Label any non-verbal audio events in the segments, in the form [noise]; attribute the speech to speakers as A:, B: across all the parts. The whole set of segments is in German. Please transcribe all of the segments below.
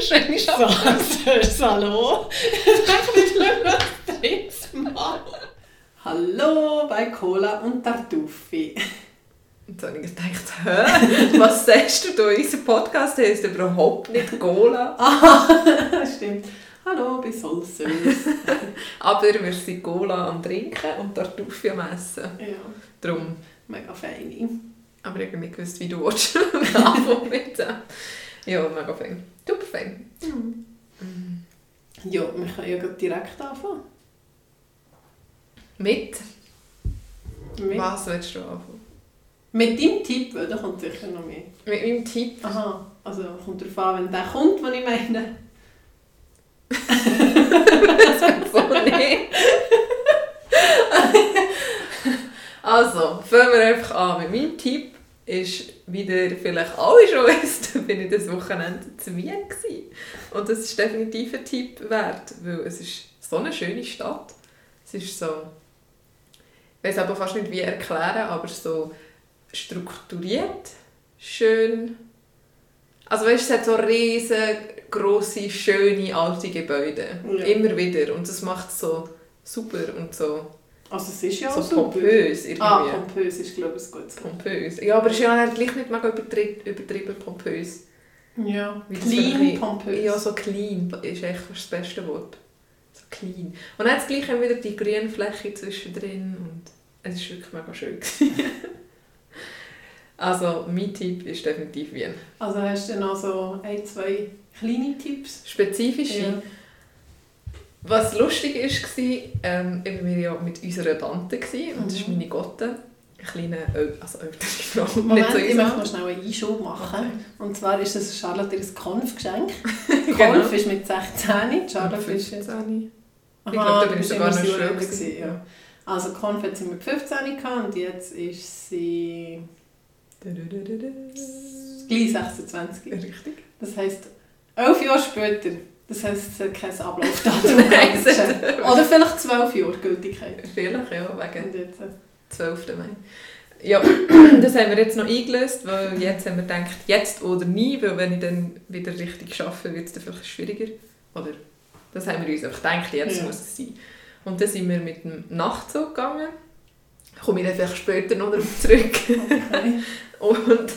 A: schnell nicht schaffen.
B: [laughs] Sonst,
A: [laughs]
B: hallo. Darf nicht mehr was Drinks machen. Hallo bei Cola und Tartuffi. [laughs]
A: Und dann habe ich gedacht, hä? [laughs] Was sagst du da? Unser Podcast heisst überhaupt nicht Cola.
B: Ah, stimmt. Hallo bei
A: [laughs]
B: Solsös.
A: Aber wir sind Cola am Trinken und Tartuffi am Essen.
B: ja,
A: Drum.
B: mega fein.
A: Aber ich habe nicht gewusst, wie du willst. [laughs] anfangen mit dem. Ja, mega fein. Super fein.
B: Mhm. Ja, wir können ja gerade direkt anfangen.
A: Mit?
B: Mit,
A: Was willst du anfangen?
B: mit deinem Tipp, weil da kommt sicher noch mehr.
A: Mit meinem Tipp.
B: Aha, also kommt darauf an, wenn der kommt, was ich meine.
A: so nicht. also, fangen wir einfach an. Mit meinem Tipp ist, wie ihr vielleicht alle schon wisst, [laughs] bin ich das Wochenende zu Wien. Gewesen. Und das ist definitiv ein Tipp wert, weil es ist so eine schöne Stadt. Es ist so... Ich weiß aber fast nicht, wie erklären, aber so strukturiert, schön... Also weißt, es hat so riesengroße, schöne, alte Gebäude.
B: Ja.
A: Immer wieder. Und das macht es so super und so,
B: Also es ist ja
A: so
B: auch
A: pompös irgendwie.
B: Ah, pompös ist glaube ich ein gutes Wort.
A: pompös. Ja, aber es ist ja dann gleich nicht mega übertrieben, übertrieben pompös.
B: Ja,
A: Wie das
B: clean
A: wirklich-
B: pompös.
A: Ja, so clean ist echt fast das beste Wort. So clean. Und dann gleich wieder die grüne Fläche zwischendrin und es ist wirklich mega schön. gewesen. [laughs] also mein Tipp ist definitiv Wien.
B: Also hast du noch so ein, zwei kleine Tipps?
A: Spezifische. Was lustig ist, war, ähm, ich war ja mit unserer Tante gsi und das ist
B: Mhm.
A: meine Gotte. Eine kleine, äl- also [laughs] ältere Frau.
B: Moment, ich
A: unser-
B: möchte noch schnell einen Einschub machen. Und zwar ist das Charlotte ihr Konf-Geschenk.
A: [laughs] Genau.
B: Konf ist mit 16, Charlotte ist jetzt...
A: 15.
B: Aha,
A: Ich glaube, da
B: du
A: bin ich
B: bist
A: sogar
B: immer
A: noch
B: Sura
A: schön.
B: gewesen,
A: gewesen.
B: ja. Also Konf hat sie mit 15 gehabt und jetzt ist sie gleich 26.
A: Richtig.
B: Das heisst, elf Jahre später. Das heisst, es hat kein
A: [laughs]
B: Ablaufdatum.
A: Nein,
B: gehabt,
A: es
B: das
A: hat-
B: Geschenk. Oder vielleicht 12 Jahre Gültigkeit.
A: Vielleicht, ja, wegen
B: Und jetzt, äh,
A: 12. Mai. Ja, [clears throat] das haben wir jetzt noch eingelöst, weil jetzt haben wir gedacht, jetzt oder nie, weil wenn ich dann wieder richtig arbeite, wird es dann vielleicht schwieriger. Oder das haben wir uns einfach gedacht, jetzt
B: Ja.
A: muss es sein. Und dann sind wir mit dem Nachtzug gegangen. Komme ich dann vielleicht später noch darauf zurück. [laughs]
B: okay.
A: Und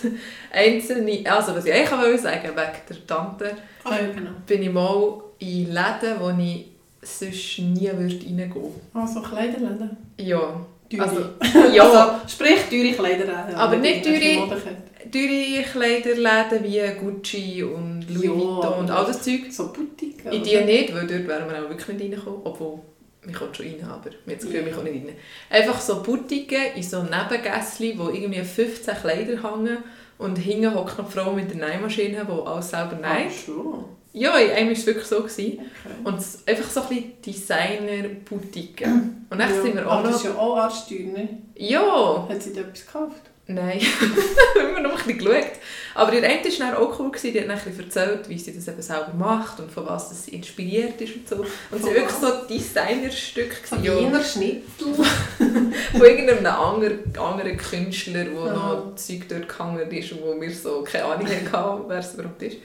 A: einzelne, also was ich eigentlich auch sagen wollte, wegen der Tante,
B: Ah ja, genau.
A: bin ich mal in Läden, wo ich sonst nie würde reingehen würde.
B: Also Kleiderläden.
A: Ja,
B: Teure.
A: also
B: Ja.
A: [laughs] ja.
B: Also, sprich teure Kleiderläden.
A: Aber nicht
B: die
A: teure-
B: Mode kennt.
A: teure Kleiderläden wie Gucci und Louis
B: Ja,
A: Vuitton und all das Zeug.
B: So Boutique.
A: In die nicht, weil dort wären wir auch wirklich nicht reingekommen. Obwohl, wir kommen schon rein, aber wir haben das Gefühl,
B: Ja.
A: wir kommen nicht rein. Einfach so Boutiquen in so Nebengässchen, wo irgendwie 15 Kleider hängen und hinten hockt noch die Frau mit der Nähmaschine, die alles selber
B: Nein.
A: näht.
B: Ah, schon.
A: Ja, in einem war es wirklich so. Gewesen.
B: Okay.
A: Und es- einfach so ein bisschen Designer-Boutiquen. Und dann sind wir auch
B: Aber das
A: noch...
B: ist ja auch arztsteuer, ne?
A: Ja!
B: Hat sie da etwas gekauft?
A: Nein, [laughs] immer noch ein bisschen geschaut. Aber ihr Ente war dann auch cool, gewesen. die hat dann ein bisschen erzählt, wie sie das eben selber macht und von was das sie inspiriert ist und so. Und es
B: Von
A: war
B: was?
A: wirklich so ein Designerstück
B: So
A: gewesen, ja,
B: Wiener Schnittel.
A: von irgendeinem anderen, anderen Künstler, wo
B: Ah.
A: noch Zeug dort gehangen ist und wo wir so keine Ahnung hatten, wer es überhaupt ist.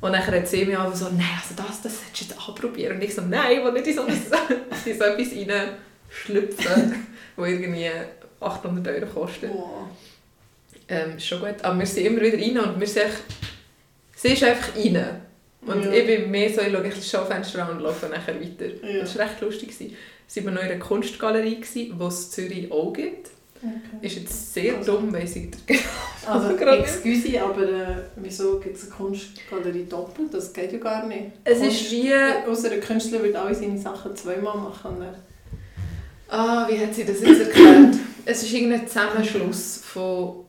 A: Und dann hat sie mir aber so, nein, also das, das solltest du jetzt anprobieren. Und ich so, nein, ich will nicht in so, ein, [laughs] in so etwas
B: [laughs]
A: reinschlüpfen, das irgendwie 800 Euro kostet.
B: Wow.
A: Ähm, schon gut. Aber wir sind immer wieder rein und wir sind echt, sie ist einfach rein. Und
B: Ja.
A: ich bin mehr so, ich schaue ein bisschen das Schaufenster an und laufe nachher weiter.
B: Ja.
A: Das war recht lustig. Gewesen. Sie waren noch in einer Kunstgalerie, gewesen, die es in Zürich auch gibt.
B: Okay.
A: Ist jetzt sehr
B: Also.
A: dumm, weiss ich.
B: Also,
A: gerade-
B: excuse, aber äh, wieso gibt es eine Kunstgalerie doppelt? Das geht ja gar nicht.
A: Es ist wie...
B: Kunst- Ausser ein Künstler würde alle seine Sachen zweimal machen. ne?
A: Ah, wie hat sie das jetzt erklärt? es ist irgendein Zusammenschluss von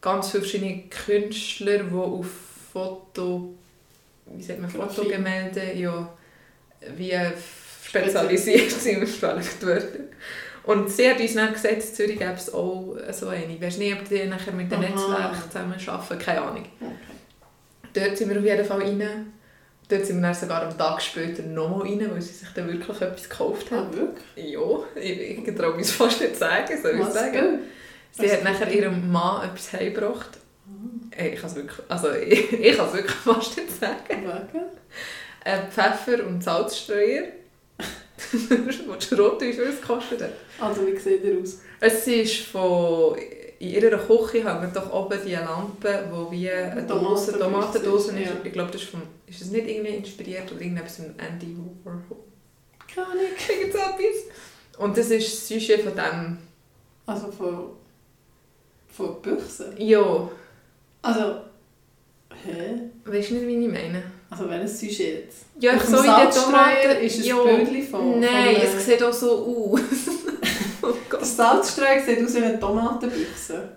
A: ganz vielen verschiedenen Künstlern, die auf Foto... Wie sagt man?
B: Grafie.
A: Fotogemälde, ja. Wie spezialisiert sind wir vielleicht dort. Und sie hat uns dann gesagt, in Zürich gäbe es auch so eine. Ich weiss nicht, ob die nachher mit dem
B: Aha.
A: Netzwerk zusammen arbeiten, keine Ahnung.
B: Okay.
A: Dort sind wir auf jeden Fall rein. Dort sind wir dann sogar am Tag später nochmal rein, weil sie sich dann wirklich etwas gekauft hat.
B: Ah, wirklich?
A: Ja, ich, ich traue mich fast nicht zu sagen, soll ich
B: Was
A: sagen.
B: geht?
A: Sie hat nachher ihrem Mann etwas heimgebracht.
B: Ah.
A: Hey, ich kann es wirklich, also, [laughs] ich, ich kann's wirklich fast nicht sagen.
B: Wegen?
A: Äh, Pfeffer und Salzstreuer. [laughs] Willst du rot, wie viel es kostet?
B: Also, wie sieht er aus?
A: Es ist von... In ihrer Küche hängen doch oben die Lampen, die wie eine
B: Tomatendose,
A: Dose, Tomatendose ist.
B: ja.
A: Ich glaube, das ist von... Ist das nicht irgendwie inspiriert oder irgendetwas von Andy Warhol? [laughs]
B: Keine Ahnung.
A: Irgend so etwas. Und das ist das Sujet von dem...
B: Also, von... von Büchsen?
A: Ja,
B: Also... Hä?
A: weißt du nicht, wie ich meine?
B: Also, welches Sujet jetzt?
A: Ja,
B: Auf
A: ich
B: dem
A: so in der
B: Salzstreuer
A: Tomate...
B: ist ein
A: Ja.
B: Bildchen von...
A: Nein,
B: von einem-
A: es sieht auch so aus. oh Gott.
B: Das Salzstreuer sieht aus wie eine Tomatenbüchse.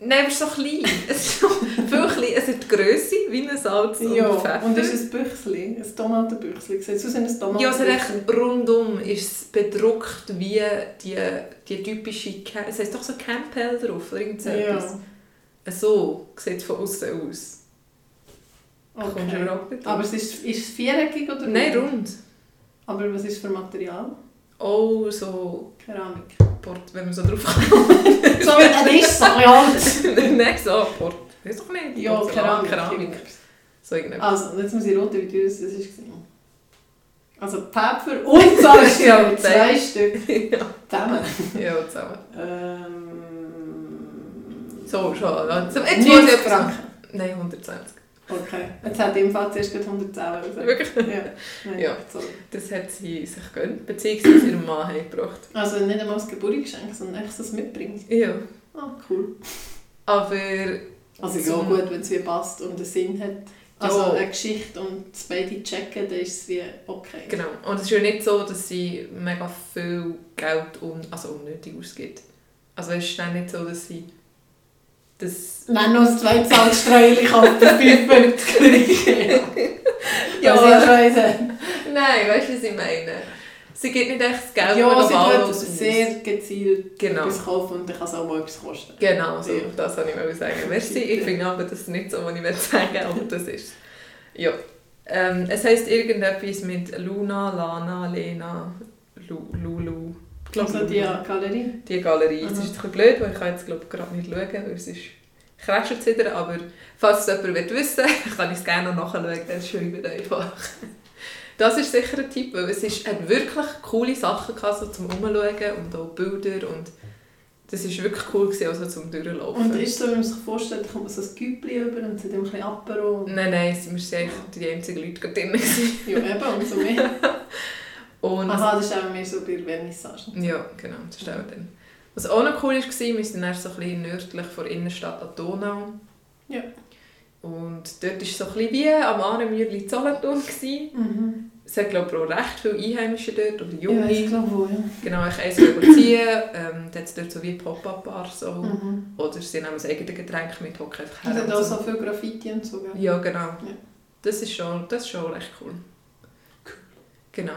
A: Nein, aber es ist so klein. [laughs] Es ist so viel klein. Es hat die Grösse wie ein Salz und
B: Ja,
A: Pfeffer.
B: und ist ein Büchsli, ein Tomatenbüchsli. Sieht aus wie ein Tomatenbüchsli.
A: ja, also recht rundum ist es bedruckt wie die, die typische... Ca- Es heisst doch so Campbell drauf oder irgend so etwas.
B: Ja,
A: So sieht es von außen aus. Kommst du
B: okay.
A: überhaupt nicht drauf?
B: Aber es ist, ist es viereckig oder
A: Nein,
B: rund?
A: rund.
B: Aber was ist für Material?
A: Auch so...
B: Keramik.
A: Port, wenn man so drauf kommt. [laughs]
B: so wie ein Riss, ja.
A: Nein, so Port. Weiss doch nicht.
B: Ja,
A: Porzellan,
B: Keramik.
A: Keramik. So irgendetwas.
B: Also, und jetzt muss ich roten, wie teuer es das ist. Also Pfeffer und Salz.
A: [laughs] Ja,
B: zwei Stück
A: ja,
B: zusammen.
A: ja, zusammen.
B: Ähm...
A: So, schon. ja. Jetzt muss ich
B: 90
A: etwas-
B: Franken.
A: Nein, 120.
B: Okay. Jetzt hat im Fall zuerst gerade 110 Euro gesagt.
A: [laughs] Wirklich?
B: Ja. Nein,
A: [laughs] Ja.
B: sorry.
A: Das hat sie sich gegönnt, beziehungsweise ihrem Mann heimgebracht.
B: Also nicht einmal das Geburtsgeschenk, sondern echt das mitbringt.
A: Ja.
B: Ah, cool.
A: Aber
B: Also ja,
A: So.
B: gut, wenn es wie passt und einen Sinn hat. Also
A: Mhm. Ja.
B: eine Geschichte und es beide checken, dann ist es wie okay.
A: genau. Und es ist ja nicht so, dass sie mega viel Geld un also unnötig ausgibt. Also es ist dann nicht so, dass sie das
B: Nein, noch ein zweites Salzstreulich auf der 55 kriegen.
A: [laughs] Ja.
B: Was ich schon gesagt
A: Nein, weißt du, was ich meine? Sie gibt nicht echt das
B: Ja,
A: Geld,
B: ja
A: das
B: sie tut
A: wahllos aus.
B: sehr gezielt
A: Genau.
B: etwas kaufen und dann kann es auch mal etwas kosten.
A: Genau, so,
B: Ja.
A: das wollte ich mal sagen. Merci, ich finde aber das ist nicht so, was ich sagen will, aber das ist. Ja. Ähm, es heisst irgendetwas mit Luna, Lana, Lena, Lu, Lulu. Ich glaub,
B: Also
A: Lulu.
B: die Galerie.
A: die Galerie. Es
B: Mhm.
A: ist ein bisschen blöd, weil ich kann jetzt glaube ich, gerade nicht schauen, weil es ist crasht wieder, aber falls es jemand will wissen [laughs] will, kann ich es gerne noch nachschauen, dann schreibt einfach. Das ist sicher ein Tipp, weil es ist, hat wirklich coole Sachen gehabt, so zum Umschauen und auch Bilder und das war wirklich cool, gewesen, also zum Durchlaufen.
B: Und ist so, wie man sich vorstellt, da kommt man so ein Güppli über und es hat immer ein bisschen Apero.
A: Nein, nein, es waren eigentlich die einzigen Leute gerade drin. gewesen.
B: Ja, eben, umso
A: [laughs]
B: mehr.
A: Und
B: Aha, das ist auch mehr so bei der Vernissage.
A: Ja, genau, das ist auch dann. Was auch noch cool war, wir sind dann so ein bisschen nördlich von der Innenstadt an die Donau.
B: Ja.
A: Und dort war es so ein bisschen wie am Ahrenmürli Solothurn. gewesen.
B: Mhm.
A: Es hat, glaube ich, auch recht viele Einheimische dort oder
B: Ja,
A: Junge.
B: ich glaube wohl, ja.
A: Genau, ich eins überziehen. ähm, dann hat es dort so wie Pop-Up-Bars. So.
B: Mhm.
A: Oder sie nehmen ein eigenes Getränk mit, hocken einfach
B: Das hat
A: und
B: auch
A: so.
B: so viel Graffiti und so, gell?
A: Ja, genau.
B: Ja.
A: Das, ist schon, das ist schon recht cool. Genau.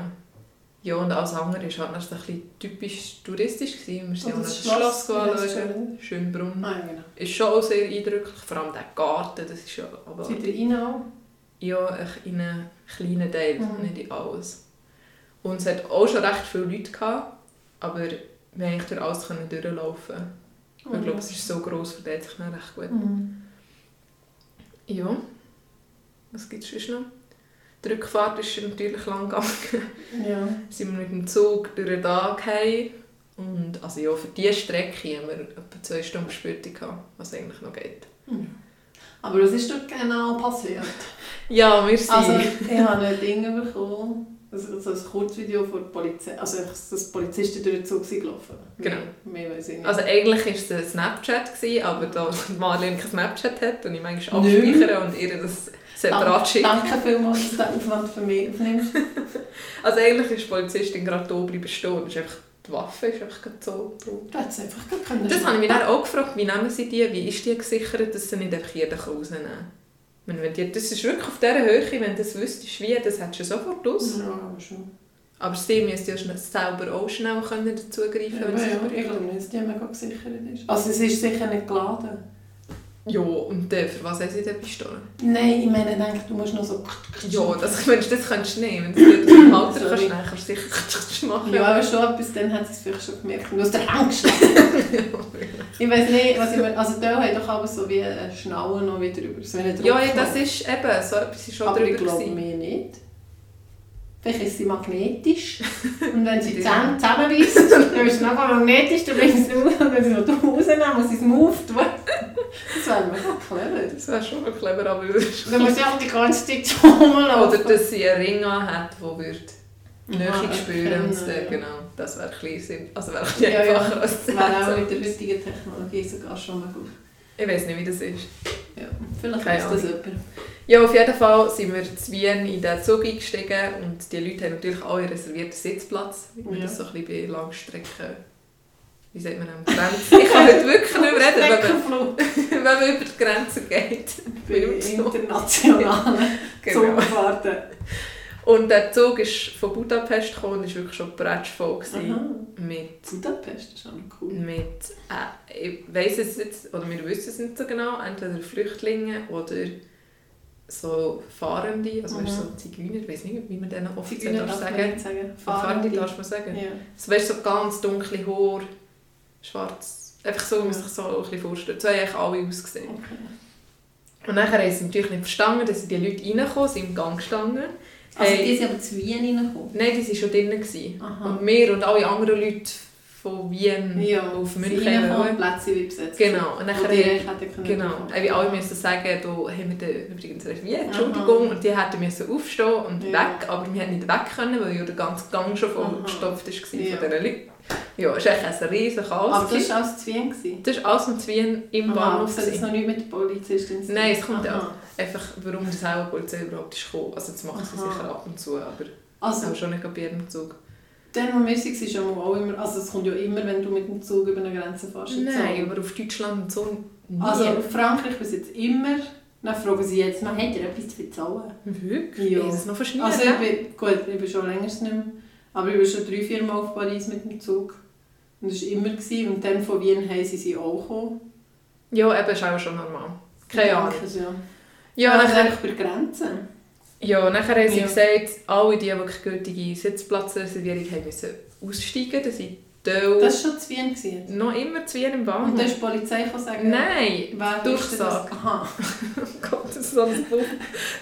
A: Ja, und alles andere war halt noch so ein bisschen typisch touristisch. Gewesen. Wir sind auch
B: Und
A: noch das Schloss
B: das
A: anschauen.
B: Schloss.
A: Schönbrunn.
B: Ah, ja, genau.
A: Ist schon auch sehr eindrücklich, vor allem der Garten, das ist ja aber
B: Seid ihr rein auch?
A: ja, ein- in einen kleinen Teil,
B: Mhm.
A: nicht in alles. Und es hat auch schon recht viele Leute gehabt, aber wir haben eigentlich durch alles können durchlaufen. Ich glaube, es ist so gross, verteilt sich noch recht gut.
B: Mhm.
A: Ja. Was gibt es sonst noch? Die Rückfahrt ist natürlich lang gegangen. [laughs]
B: Ja.
A: sind wir mit dem Zug durch den Tag heim. Und also ja, für diese Strecke haben wir etwa zwei Stunden Verspätung gehabt, was eigentlich noch geht.
B: Aber was ist dort genau passiert?
A: Ja, wir sind...
B: Also, ich habe ein Ding bekommen, also so ein Kurzvideo von der Polizei, also dass Polizisten durch den Zug sind gelaufen.
A: Genau.
B: Mehr, mehr weiss ich nicht.
A: Also eigentlich war es ein Snapchat, gewesen, aber da Marlene kein Snapchat hat und ich manchmal
B: Nö.
A: abspeichere und ihr das
B: Ah.
A: separat schicke.
B: Danke vielmals, dass du den Aufwand für mich aufnimmst.
A: Also eigentlich ist die Polizistin gerade da bleiben stehen. Ist einfach, die Waffe ist einfach gerade so. drauf.
B: Du hättest es einfach gar können.
A: Das habe ich mich dann auch gefragt, wie nehmen sie die, wie ist die gesichert, dass sie nicht einfach jeden rausnehmen kann. Ich meine, Wenn die, das ist wirklich auf dieser Höhe, wenn du das wüsstest wie, das hättest du sofort raus.
B: Ja, aber schon.
A: Aber sie müssen ja schn- selber auch schnell können dazugreifen
B: Ja,
A: wenn sie
B: ja,
A: es
B: ich
A: brauchen.
B: glaube nicht, dass die mega gesichert ist. Also es ist sicher nicht geladen.
A: Ja, und dann, für was haben sie denn Pistole?
B: Nein, ich meine, ich denke, du musst noch so...
A: Ja, das, Mensch, das könntest du nehmen. Wenn du im Halter kannst,
B: Sorry.
A: dann kannst du [laughs] sicher machen.
B: Ja, aber schon etwas, dann hat sie es vielleicht schon gemerkt. Und Du hast den Hang geschlagen. Ich weiß nicht, was ich
A: [laughs]
B: mir... Also da haben doch aber so wie eine Schnaue noch wieder drüber. So eine
A: ja, ja,
B: Druckschnaue.
A: das ist eben, so etwas ist schon
B: Aber ich
A: drüber
B: glaube
A: gewesen.
B: mir nicht. Vielleicht ist sie
A: [laughs]
B: magnetisch. Und wenn sie die
A: Ja.
B: Zähne zusammenreißt, dann ist sie nachher magnetisch, dann bringst du es raus. Und wenn sie es noch rausnehmen, muss sie es move tun. Das wäre mega clever.
A: Das wäre schon noch clever, aber
B: Dann muss sie auch die ganze Zeit so rumlaufen.
A: [laughs] Oder dass sie einen Ring hat, der wird Nähe
B: Ah,
A: spüren und so,
B: erkennen, ja.
A: genau. Das wäre ein bisschen, sinn- also wäre ein bisschen
B: Ja, ja.
A: einfacher als
B: Das wäre auch mit
A: [laughs]
B: der heutigen Technologie sogar schon mal gut.
A: Ich weiß nicht, wie das ist.
B: Ja, vielleicht
A: Keine
B: weiß das jemand.
A: Ja, auf jeden Fall sind wir zu Wien in den Zug eingestiegen und die Leute haben natürlich alle einen reservierten Sitzplatz, wie man
B: Ja.
A: das so ein bisschen bei Langstrecken, wie sagt man, am Grenzen... [laughs] Ich kann heute wirklich nicht mehr reden, wenn man, [laughs]
B: Streckenflug
A: wenn man über die Grenzen geht.
B: bei
A: Benutzt du.
B: internationalen
A: Genau. [laughs]
B: Zugfahrten.
A: Und der Zug ist von Budapest gekommen und war wirklich schon bretschvoll gewesen
B: Aha.
A: mit
B: Budapest ist auch noch cool.
A: mit, äh, ich weiß es jetzt, oder wir wissen es nicht so genau, entweder Flüchtlinge oder so Fahrende, also
B: Mhm.
A: weißt, du, so Zigeuner, ich weiß nicht, wie man denen offiziell
B: Zigeuner
A: darf
B: darf man
A: sagen
B: nicht sagen.
A: Fahrende darfst du sagen.
B: Ja.
A: So, weißt, du, so ganz dunkle Haar, schwarz, einfach so, wie man
B: Ja.
A: sich so ein bisschen vorstellt. So haben eigentlich alle ausgesehen.
B: Okay.
A: Und nachher haben sie natürlich nicht verstanden, dass die Leute reingekommen sind, im Gang gestanden.
B: Also
A: Hey.
B: die sind aber zu Wien reingekommen.
A: Nein, die waren schon drinnen. gewesen.
B: Aha.
A: Und wir und alle anderen Leute von Wien auf München.
B: reingekommen,
A: wollen.
B: Plätze wie besetzt.
A: Genau. Und
B: Nachher
A: nachher
B: die hätten können.
A: Genau, Äh, wie alle müssen sagen, da haben wir den übrigens reserviert,
B: Aha.
A: Entschuldigung, und die hätten müssen aufstehen und
B: Ja.
A: weg, aber wir hätten nicht weg können, weil ja der ganze Gang schon voll
B: Aha.
A: gestopft war
B: Ja.
A: von diesen Leuten. Ja, es war echt ein riesen Chaos.
B: Aber das
A: gewesen.
B: war alles zu Wien. gewesen?
A: das war alles und Zwien im
B: Aha,
A: Bahnhof.
B: das hat jetzt
A: gewesen.
B: noch nicht mit der Polizistin zu
A: Nein, es kommt
B: Aha.
A: Einfach, warum das auch die Polizei überhaupt ist gekommen. Also das machen sie
B: Aha.
A: sicher ab und zu, aber
B: Also,
A: auch schon nicht bei jedem Zug.
B: dann, wo wir waren, ist ja auch immer... Also, es kommt ja immer, wenn du mit dem Zug über eine Grenze fährst. und so.
A: Nein, aber auf Deutschland und so nie.
B: Also, auf Frankreich bis jetzt immer. Dann fragen sie jetzt, man hat ja etwas zu bezahlen.
A: Wirklich?
B: Ja.
A: Ist es noch verschneit?
B: Also, ich bin, gut, ich bin schon länger nicht mehr. Aber ich war schon drei, vier Mal auf Paris mit dem Zug. Und das war immer. Gewesen. Und dann von Wien haben sie sie auch gekommen.
A: ja, eben, ist auch schon normal. Keine Ahnung.
B: Ich denke es, Ja.
A: Ja,
B: also
A: nachher...
B: eigentlich bei Grenzen.
A: Ja, nachher haben sie
B: Ja.
A: gesagt, alle, die wirklich gültige Sitzplatzreservierung haben müssen aussteigen. Das sind Teil
B: Das war schon zu Wien. gewesen.
A: noch immer zu Wien im
B: Und dann
A: Bahnhof.
B: ist die Polizei gekommen sagen,
A: mhm. Nein! [laughs]
B: wer wüsste das?
A: Durchsage.
B: Aha.
A: Gott, das ist so ein
B: [laughs]
A: Buch.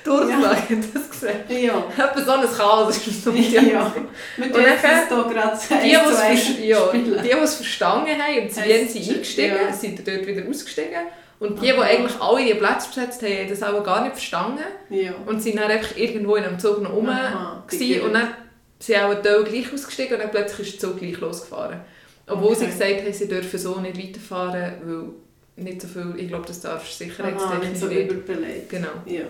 A: Durchsage, ja. das gesehen. [laughs]
B: Ja.
A: Etwa so ein Chaos ist es
B: ja. [laughs] ja. Wir tun
A: dann-
B: jetzt das hier gerade
A: Die, die
B: eins zu eins
A: es ver- ja,
B: spielen.
A: die, die es verstanden haben und zu
B: Heisst,
A: Wien sind eingestiegen,
B: ja. Ah.
A: sind dort wieder ausgestiegen. Und die, die
B: Aha.
A: eigentlich alle die Plätze besetzt haben, haben das auch gar nicht verstanden.
B: Ja.
A: Und sind dann einfach irgendwo in einem Zug noch rum.
B: Aha,
A: gewesen. und dann sind auch ein Teil gleich ausgestiegen und dann plötzlich ist der Zug gleich losgefahren. Obwohl sie
B: Okay.
A: gesagt haben, sie dürfen so nicht weiterfahren, weil nicht so viel, ich glaube, das darfst du
B: Aha, nicht
A: sicherheitstechnisch
B: so
A: nicht.
B: überbelegt.
A: Genau.
B: Ja.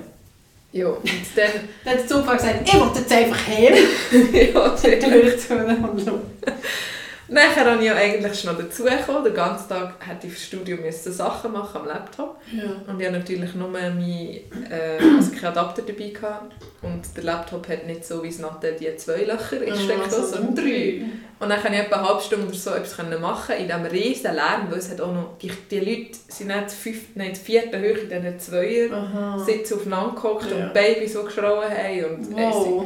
A: Ja, und dann... [laughs]
B: Dann hat der Zugfahrer gesagt, ich will jetzt einfach her. [laughs]
A: ja, natürlich.
B: Durchzuhören und los.
A: Nachher habe ich ja eigentlich schon dazugekommen. Den ganzen Tag hätte ich fürs Studium müssen Sachen machen am Laptop.
B: Ja.
A: Und ich habe natürlich nur meinen äh,
B: [clears throat]
A: also keinen Adapter dabei. Gehabt. Und der Laptop hat nicht so, wie es nachher die zwei Löcher einsteckt,
B: Also,
A: sondern um drei. Und dann konnte ich etwa eine halbe Stunde oder so etwas machen in diesem riesen Lärm, weil es hat auch noch, die, die Leute sind nicht fünf, nein, die vierte Höhe in diesen Zweier
B: Aha.
A: sitzen aufeinander gehockt
B: Ja.
A: und Babys, die geschrauen haben und wow.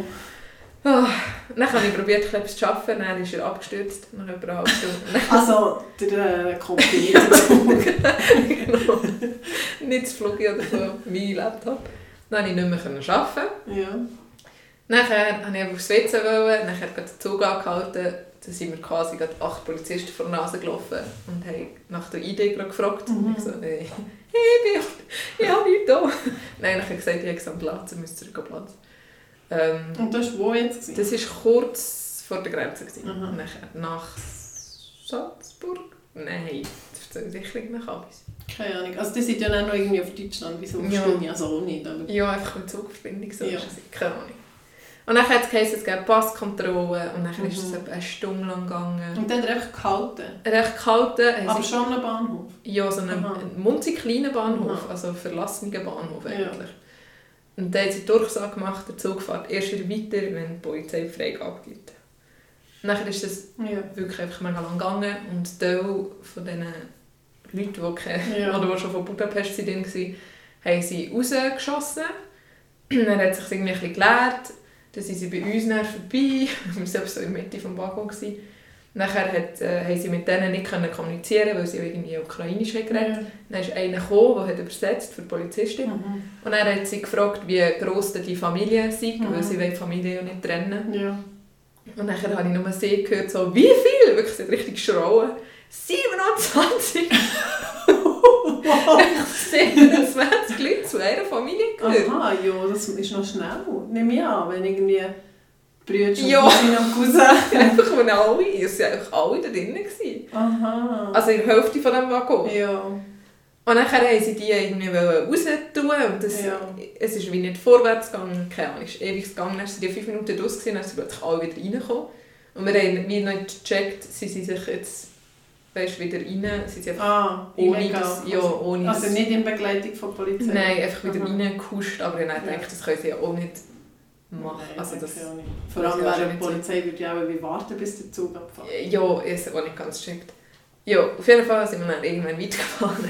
B: Wow.
A: Dann habe ich probiert, etwas zu arbeiten, dann ist er abgestürzt, nach etwa einer
B: [laughs]
A: halben Stunde.
B: [laughs]
A: [laughs]
B: Also, der äh, Kompliment.
A: Genau. nicht das Flug oder so, mein Laptop. Dann konnte ich nicht mehr arbeiten.
B: ja.
A: Nachher wollte ich einfach aufs WC, wollen, nachher gerade den Zug angehalten. Dann sind mir quasi gerade acht Polizisten vor die Nase gelaufen und haben nach der ID gerade gefragt.
B: Mhm.
A: Und ich so, äh, hey, ich bin, ich habe nichts da. Nein, ich habe gesagt, ich habe gesagt, Platz, ich muss zurück am Platz. Ähm,
B: Und das war wo jetzt? gewesen?
A: das war kurz vor der Grenze. gewesen.
B: Mhm.
A: Nachher nach Salzburg? Nein, das erzähle ich sicherlich nach Abis.
B: Keine Ahnung. Also, die sind ja dann noch irgendwie auf Deutschland. Wieso
A: Ja.
B: verstehe ich also auch nicht. Aber
A: Ja, einfach mit Zugverbindung, so
B: Ja.
A: ist es. Keine Ahnung. Und dann hat es geheißen, es gäbe Passkontrolle und dann ist es
B: Mhm.
A: etwa eine Stunde lang gegangen.
B: Und dann hat er einfach gehalten.
A: recht gehalten.
B: Aber
A: Aber
B: schon am Bahnhof.
A: ja, so einen
B: Aha.
A: einen munzig kleinen Bahnhof,
B: Aha.
A: also einen verlassenen Bahnhof
B: Ja.
A: eigentlich. Und dann hat sie die Durchsage gemacht, der Zug fährt erst wieder weiter, wenn die Polizei Freigabe gibt. Nachher ist das
B: Ja.
A: wirklich einfach mega lang gegangen und Teil von diesen Leute, die, keine,
B: Ja.
A: oder die schon von Budapest sind, drin waren, haben sie rausgeschossen. Dann hat sich irgendwie ein bisschen geleert. Dann sind sie bei uns dann vorbei. [laughs] Wir waren selbst so in der Mitte des Waggons. gewesen. Nachher hat, äh, haben sie mit denen nicht können kommunizieren, weil sie ja irgendwie ukrainisch haben geredet. Dann ist einer gekommen, der hat übersetzt für die Polizistin.
B: Mhm.
A: Und dann hat sie gefragt, wie gross denn die Familie sei,
B: Mhm.
A: weil sie wollen die Familie ja nicht trennen [laughs]
B: Ja.
A: Und nachher habe ich nur sie gehört, so, wie viel? Wirklich, sie hat richtig geschrauen. 27!
B: Wow.
A: 27 Leute zu einer Familie gehört.
B: Aha, ja, das ist noch schnell. Nehme ich an, wenn irgendwie Brüder und
A: Ja.
B: Cousine und Cousin...
A: [laughs] Einfach, wenn alle, es waren einfach alle da drinnen. gewesen.
B: Aha.
A: Also in der Hälfte von dem Waggon.
B: ja.
A: Und nachher wollten sie die irgendwie raus tun und das,
B: Ja.
A: es ist wie nicht vorwärts gegangen, keine Ahnung, es ist ewig gegangen, dann sind die fünf Minuten draus gewesen, dann sind plötzlich alle wieder reingekommen und wir haben wie noch nicht gecheckt, sie sind sich jetzt, weißt wieder rein, sie sind einfach
B: Ah,
A: ohne
B: illegal.
A: das, ja,
B: Also-
A: ohne
B: Also
A: das,
B: nicht in Begleitung von Polizei?
A: nein, einfach wieder
B: Aha.
A: reingehuscht, aber dann
B: Ja.
A: denke ich, das können sie ja auch nicht machen,
B: Nein,
A: also das,
B: denke ich auch nicht. Vor allem
A: das ist ja
B: während
A: schon
B: der Polizei würde ja auch irgendwie warten, bis der Zug abfährt.
A: ja, ist auch nicht ganz gecheckt. Ja, auf jeden Fall sind wir dann irgendwann [laughs] weitergefahren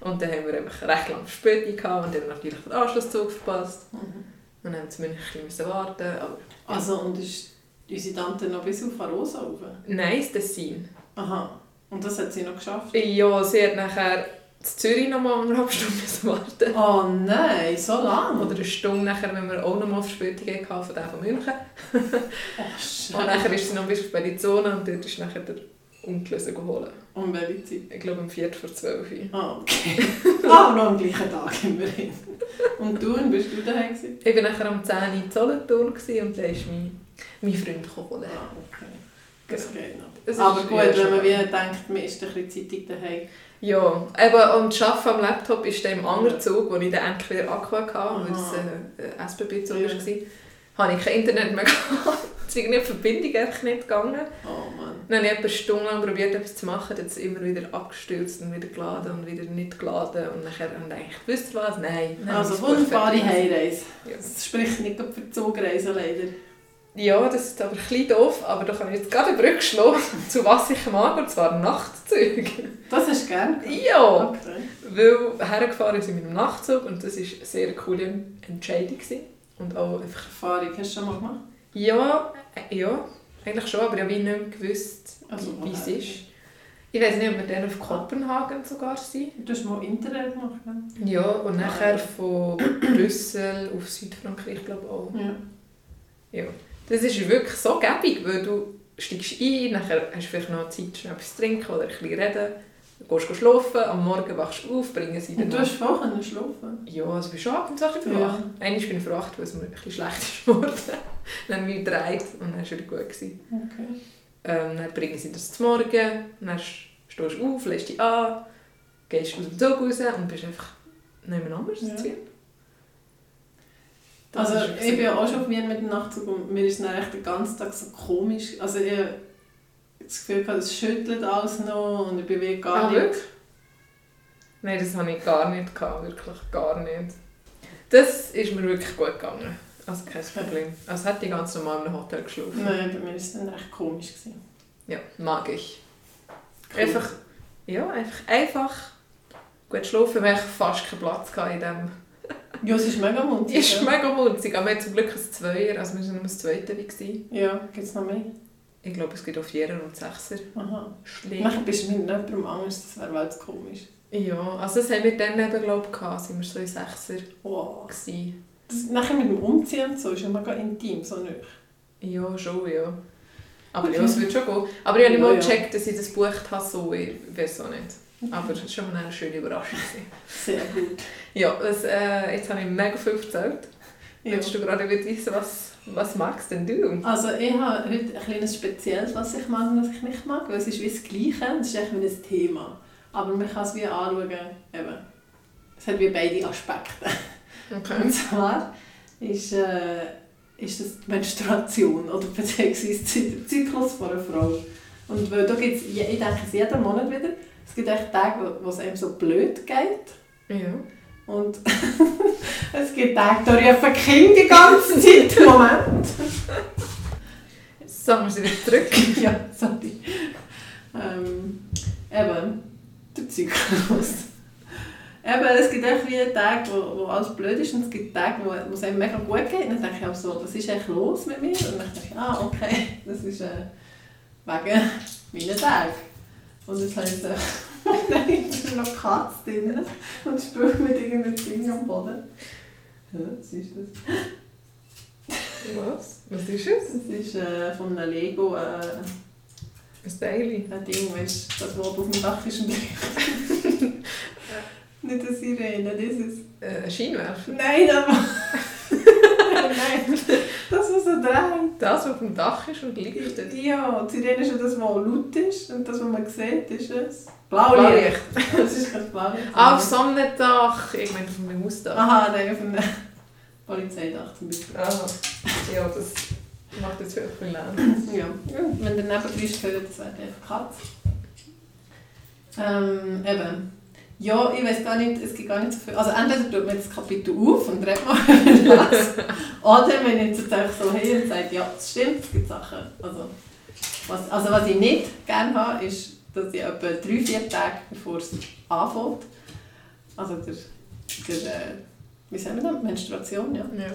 A: und dann haben wir einfach recht lange Verspätung gehabt und dann haben wir natürlich den Anschlusszug verpasst.
B: Mhm.
A: Wir haben zumindest ein bisschen warten, müssen, aber
B: Also und ist unsere Tante noch bis auf Arosa rauf?
A: nice Dessin.
B: Aha. Und das hat sie noch geschafft?
A: Ja, sie hat nachher in Zürich nochmal anderthalb Stunden müssen warten
B: Oh nein, so lange?
A: Oder eine Stunde nachher, wenn wir auch nochmal Verspätung hatten von dem von München.
B: Oh, Scheiße.
A: Und nachher ist sie noch bis auf Bellizona und dort ist nachher der Ungelöser geholt.
B: Um welche Zeit?
A: Ich glaube um Viertel vor zwölf. Ich
B: Ah, [laughs] okay. Aber noch am gleichen Tag immerhin. Und du, und bist du daheim gewesen?
A: war nachher um 10 Uhr in Solothurn gewesen und dann ist mein, mein Freund geholt.
B: Ah, okay. Genau. Das geht noch.
A: Es ist-
B: Aber gut,
A: ja,
B: wenn
A: schon
B: man
A: lang.
B: wie denkt, man ist ein bisschen zeitig daheim.
A: Ja, aber und das Arbeiten am Laptop ist dann im anderen Zug, wo ich dann endlich wieder Aqua hatte, weil
B: Aha.
A: es äh, ein SBB-Zug
B: Ja.
A: war, habe ich kein Internet mehr [laughs] gehabt. Es ist irgendwie die Verbindung einfach nicht gegangen.
B: Oh Mann.
A: Dann habe ich etwa stundenlang probiert, etwas zu machen, dann hat es immer wieder abgestürzt und wieder geladen und wieder nicht geladen. Und nachher habe ich gedacht, wisst ihr was? Nein. Dann habe
B: Also
A: ich das Buch
B: wunderbare
A: fertig gelesen.
B: Heimreise.
A: Ja.
B: Das spricht nicht gerade für die Zugreise leider.
A: Ja, das ist aber ein bisschen doof, aber da kann ich jetzt gerade eine Brücke schlagen, zu was ich mag, und zwar Nachtzüge.
B: Das ist gern.
A: ja!
B: Okay.
A: Weil hergefahren sind mit dem Nachtzug und das war eine sehr coole Entscheidung. gewesen. Und auch einfach,
B: Erfahrung hast du schon mal gemacht?
A: ja, äh, ja, eigentlich schon, aber ich habe wie nicht mehr gewusst,
B: Also,
A: wie es
B: woher?
A: ist. Ich weiß nicht, ob wir dann auf Kopenhagen sogar sind.
B: Du hast mal Internet gemacht, ne?
A: Ja, und
B: Ah, ja.
A: nachher von Brüssel auf Südfrankreich, glaube ich auch.
B: Ja.
A: Das ist wirklich so gäbig, weil du steigst ein, nachher hast du vielleicht noch Zeit, schnell etwas zu trinken oder ein bisschen reden. Dann gehst du schlafen, am Morgen wachst du auf, bringen sie
B: Und du
A: noch-
B: hast vorher können schlafen.
A: Ja, also bist du ab und zu ein bisschen
B: Ja.
A: verwacht. Einmal bin ich verwacht, weil es mir ein bisschen schlecht ist geworden. [laughs] dann habe ich mich gedreht und dann war es wieder gut. Gewesen.
B: Okay.
A: Ähm, dann bringen sie das zum Morgen, dann stehst du auf, lässt dich an, gehst aus dem Zug raus und bist einfach nicht mehr anders.
B: Ja.
A: als wir. Das
B: Also
A: ist wirklich
B: ich bin
A: so.
B: ja auch schon auf Wien mit dem Nachtzug und mir ist dann echt den ganzen Tag so komisch. Also ich habe das Gefühl, gehabt, es schüttelt alles noch und ich bin wie gar
A: Ah,
B: nicht...
A: wirklich? Nein, das habe ich gar nicht gehabt, wirklich gar nicht. Das ist mir wirklich gut gegangen. Also kein Problem. Also hätte ich ganz normal in einem Hotel geschlafen.
B: Nein, bei mir war es dann recht komisch. Gewesen.
A: Ja, mag ich.
B: Cool.
A: Einfach, ja, einfach, einfach gut schlafen, weil ich fast keinen Platz hatte in dem.
B: Ja, es ist mega munter.
A: Es
B: ja.
A: ist mega munzig, aber wir hatten zum Glück ein Zweier, also wir waren nur ein Zweiter. Gewesen.
B: ja, gibt es noch mehr?
A: Ich glaube, es gibt auf Vierer und Sechser
B: Aha.
A: Schläge.
B: Nachher bist du mit jemandem anders, das wäre wel zu komisch.
A: Ja, also das haben wir dann eben, glaube ich, gehabt, Also sind wir so in Sechser
B: Wow.
A: gewesen.
B: Das, nachher mit dem Umziehen und so ist ja mega intim, so nicht.
A: Ja, schon, ja. Aber
B: Okay.
A: ja, es wird schon gehen. Aber ich habe nicht
B: Ja,
A: mal
B: ja.
A: gecheckt, dass ich das gebucht habe, so, ich weiß auch nicht. Aber es war schon mal eine schöne Überraschung. gewesen.
B: Sehr gut.
A: ja, das, äh, jetzt habe ich mega viel erzählt.
B: Ja.
A: Willst du gerade wieder wissen, was, was magst denn du?
B: Also ich habe heute ein kleines Spezielles, was ich mag und was ich nicht mag, weil es ist wie das Gleiche, es ist echt wie ein Thema. Aber man kann es wie anschauen, eben. Es hat wie beide Aspekte. Und zwar ist, äh, ist das die Menstruation oder beziehungsweise der Zyklus von einer Frau. Und weil da gibt's, je- ich denke es jeden Monat wieder, es gibt echt Tage, wo- wo es einem so blöd geht.
A: Ja.
B: Und [laughs] es gibt Tage, da rufen die Kinder die ganze Zeit im Moment.
A: Sagen wir
B: [laughs]
A: sie wieder zurück.
B: ja, sorry. Ähm, eben, der Zyklus. irgendwie Tage, wo, wo alles blöd ist und es gibt Tage, wo wo es einem mega gut geht. Und dann denke ich auch so, was ist eigentlich los mit mir? Und dann denke ich, ah, okay, das ist äh, wegen meinen Tagen. Und jetzt habe ich so, [laughs] dann ist da noch Katze drin und spielt mit irgendeinem Ding am Boden. Ja, was ist das?
A: Was? Was ist es?
B: Das ist äh, von einem Lego äh,
A: Ein Daily.
B: ein Ding, weißt du, das, was auf dem Dach ist und Nicht eine Sirene, das ist...
A: Äh, ein Scheinwerfer.
B: Nein, aber. Nein, das was er dreht.
A: Das, was auf dem Dach ist und leuchtet.
B: Ja, die Sirene ist ja das, was laut ist und das, was man sieht, ist es.
A: Blaulicht.
B: Das ist kein Blaulicht.
A: Ah, auf so einem Dach. Ich meine, auf einem Hausdach.
B: Aha, nein, auf einem Polizeidach zum Beispiel.
A: Aha. Ja, das macht jetzt wirklich viel Lärm.
B: Ja. Wenn der Nebengeräusch gehört, das wäre einfach Katz. Ähm, eben. Ja, ich weiß gar nicht, es gibt gar nicht so viel. Also entweder tut man das Kapitel auf und redet mal [laughs] über das. Oder man nimmt es einfach so hin und sagt, ja, das stimmt, es gibt Sachen. Also was, also was ich nicht gerne habe, ist, dass ich etwa drei, vier Tage bevor es anfängt, also der, der äh, wie sagen wir das, Menstruation, ja
A: Ja.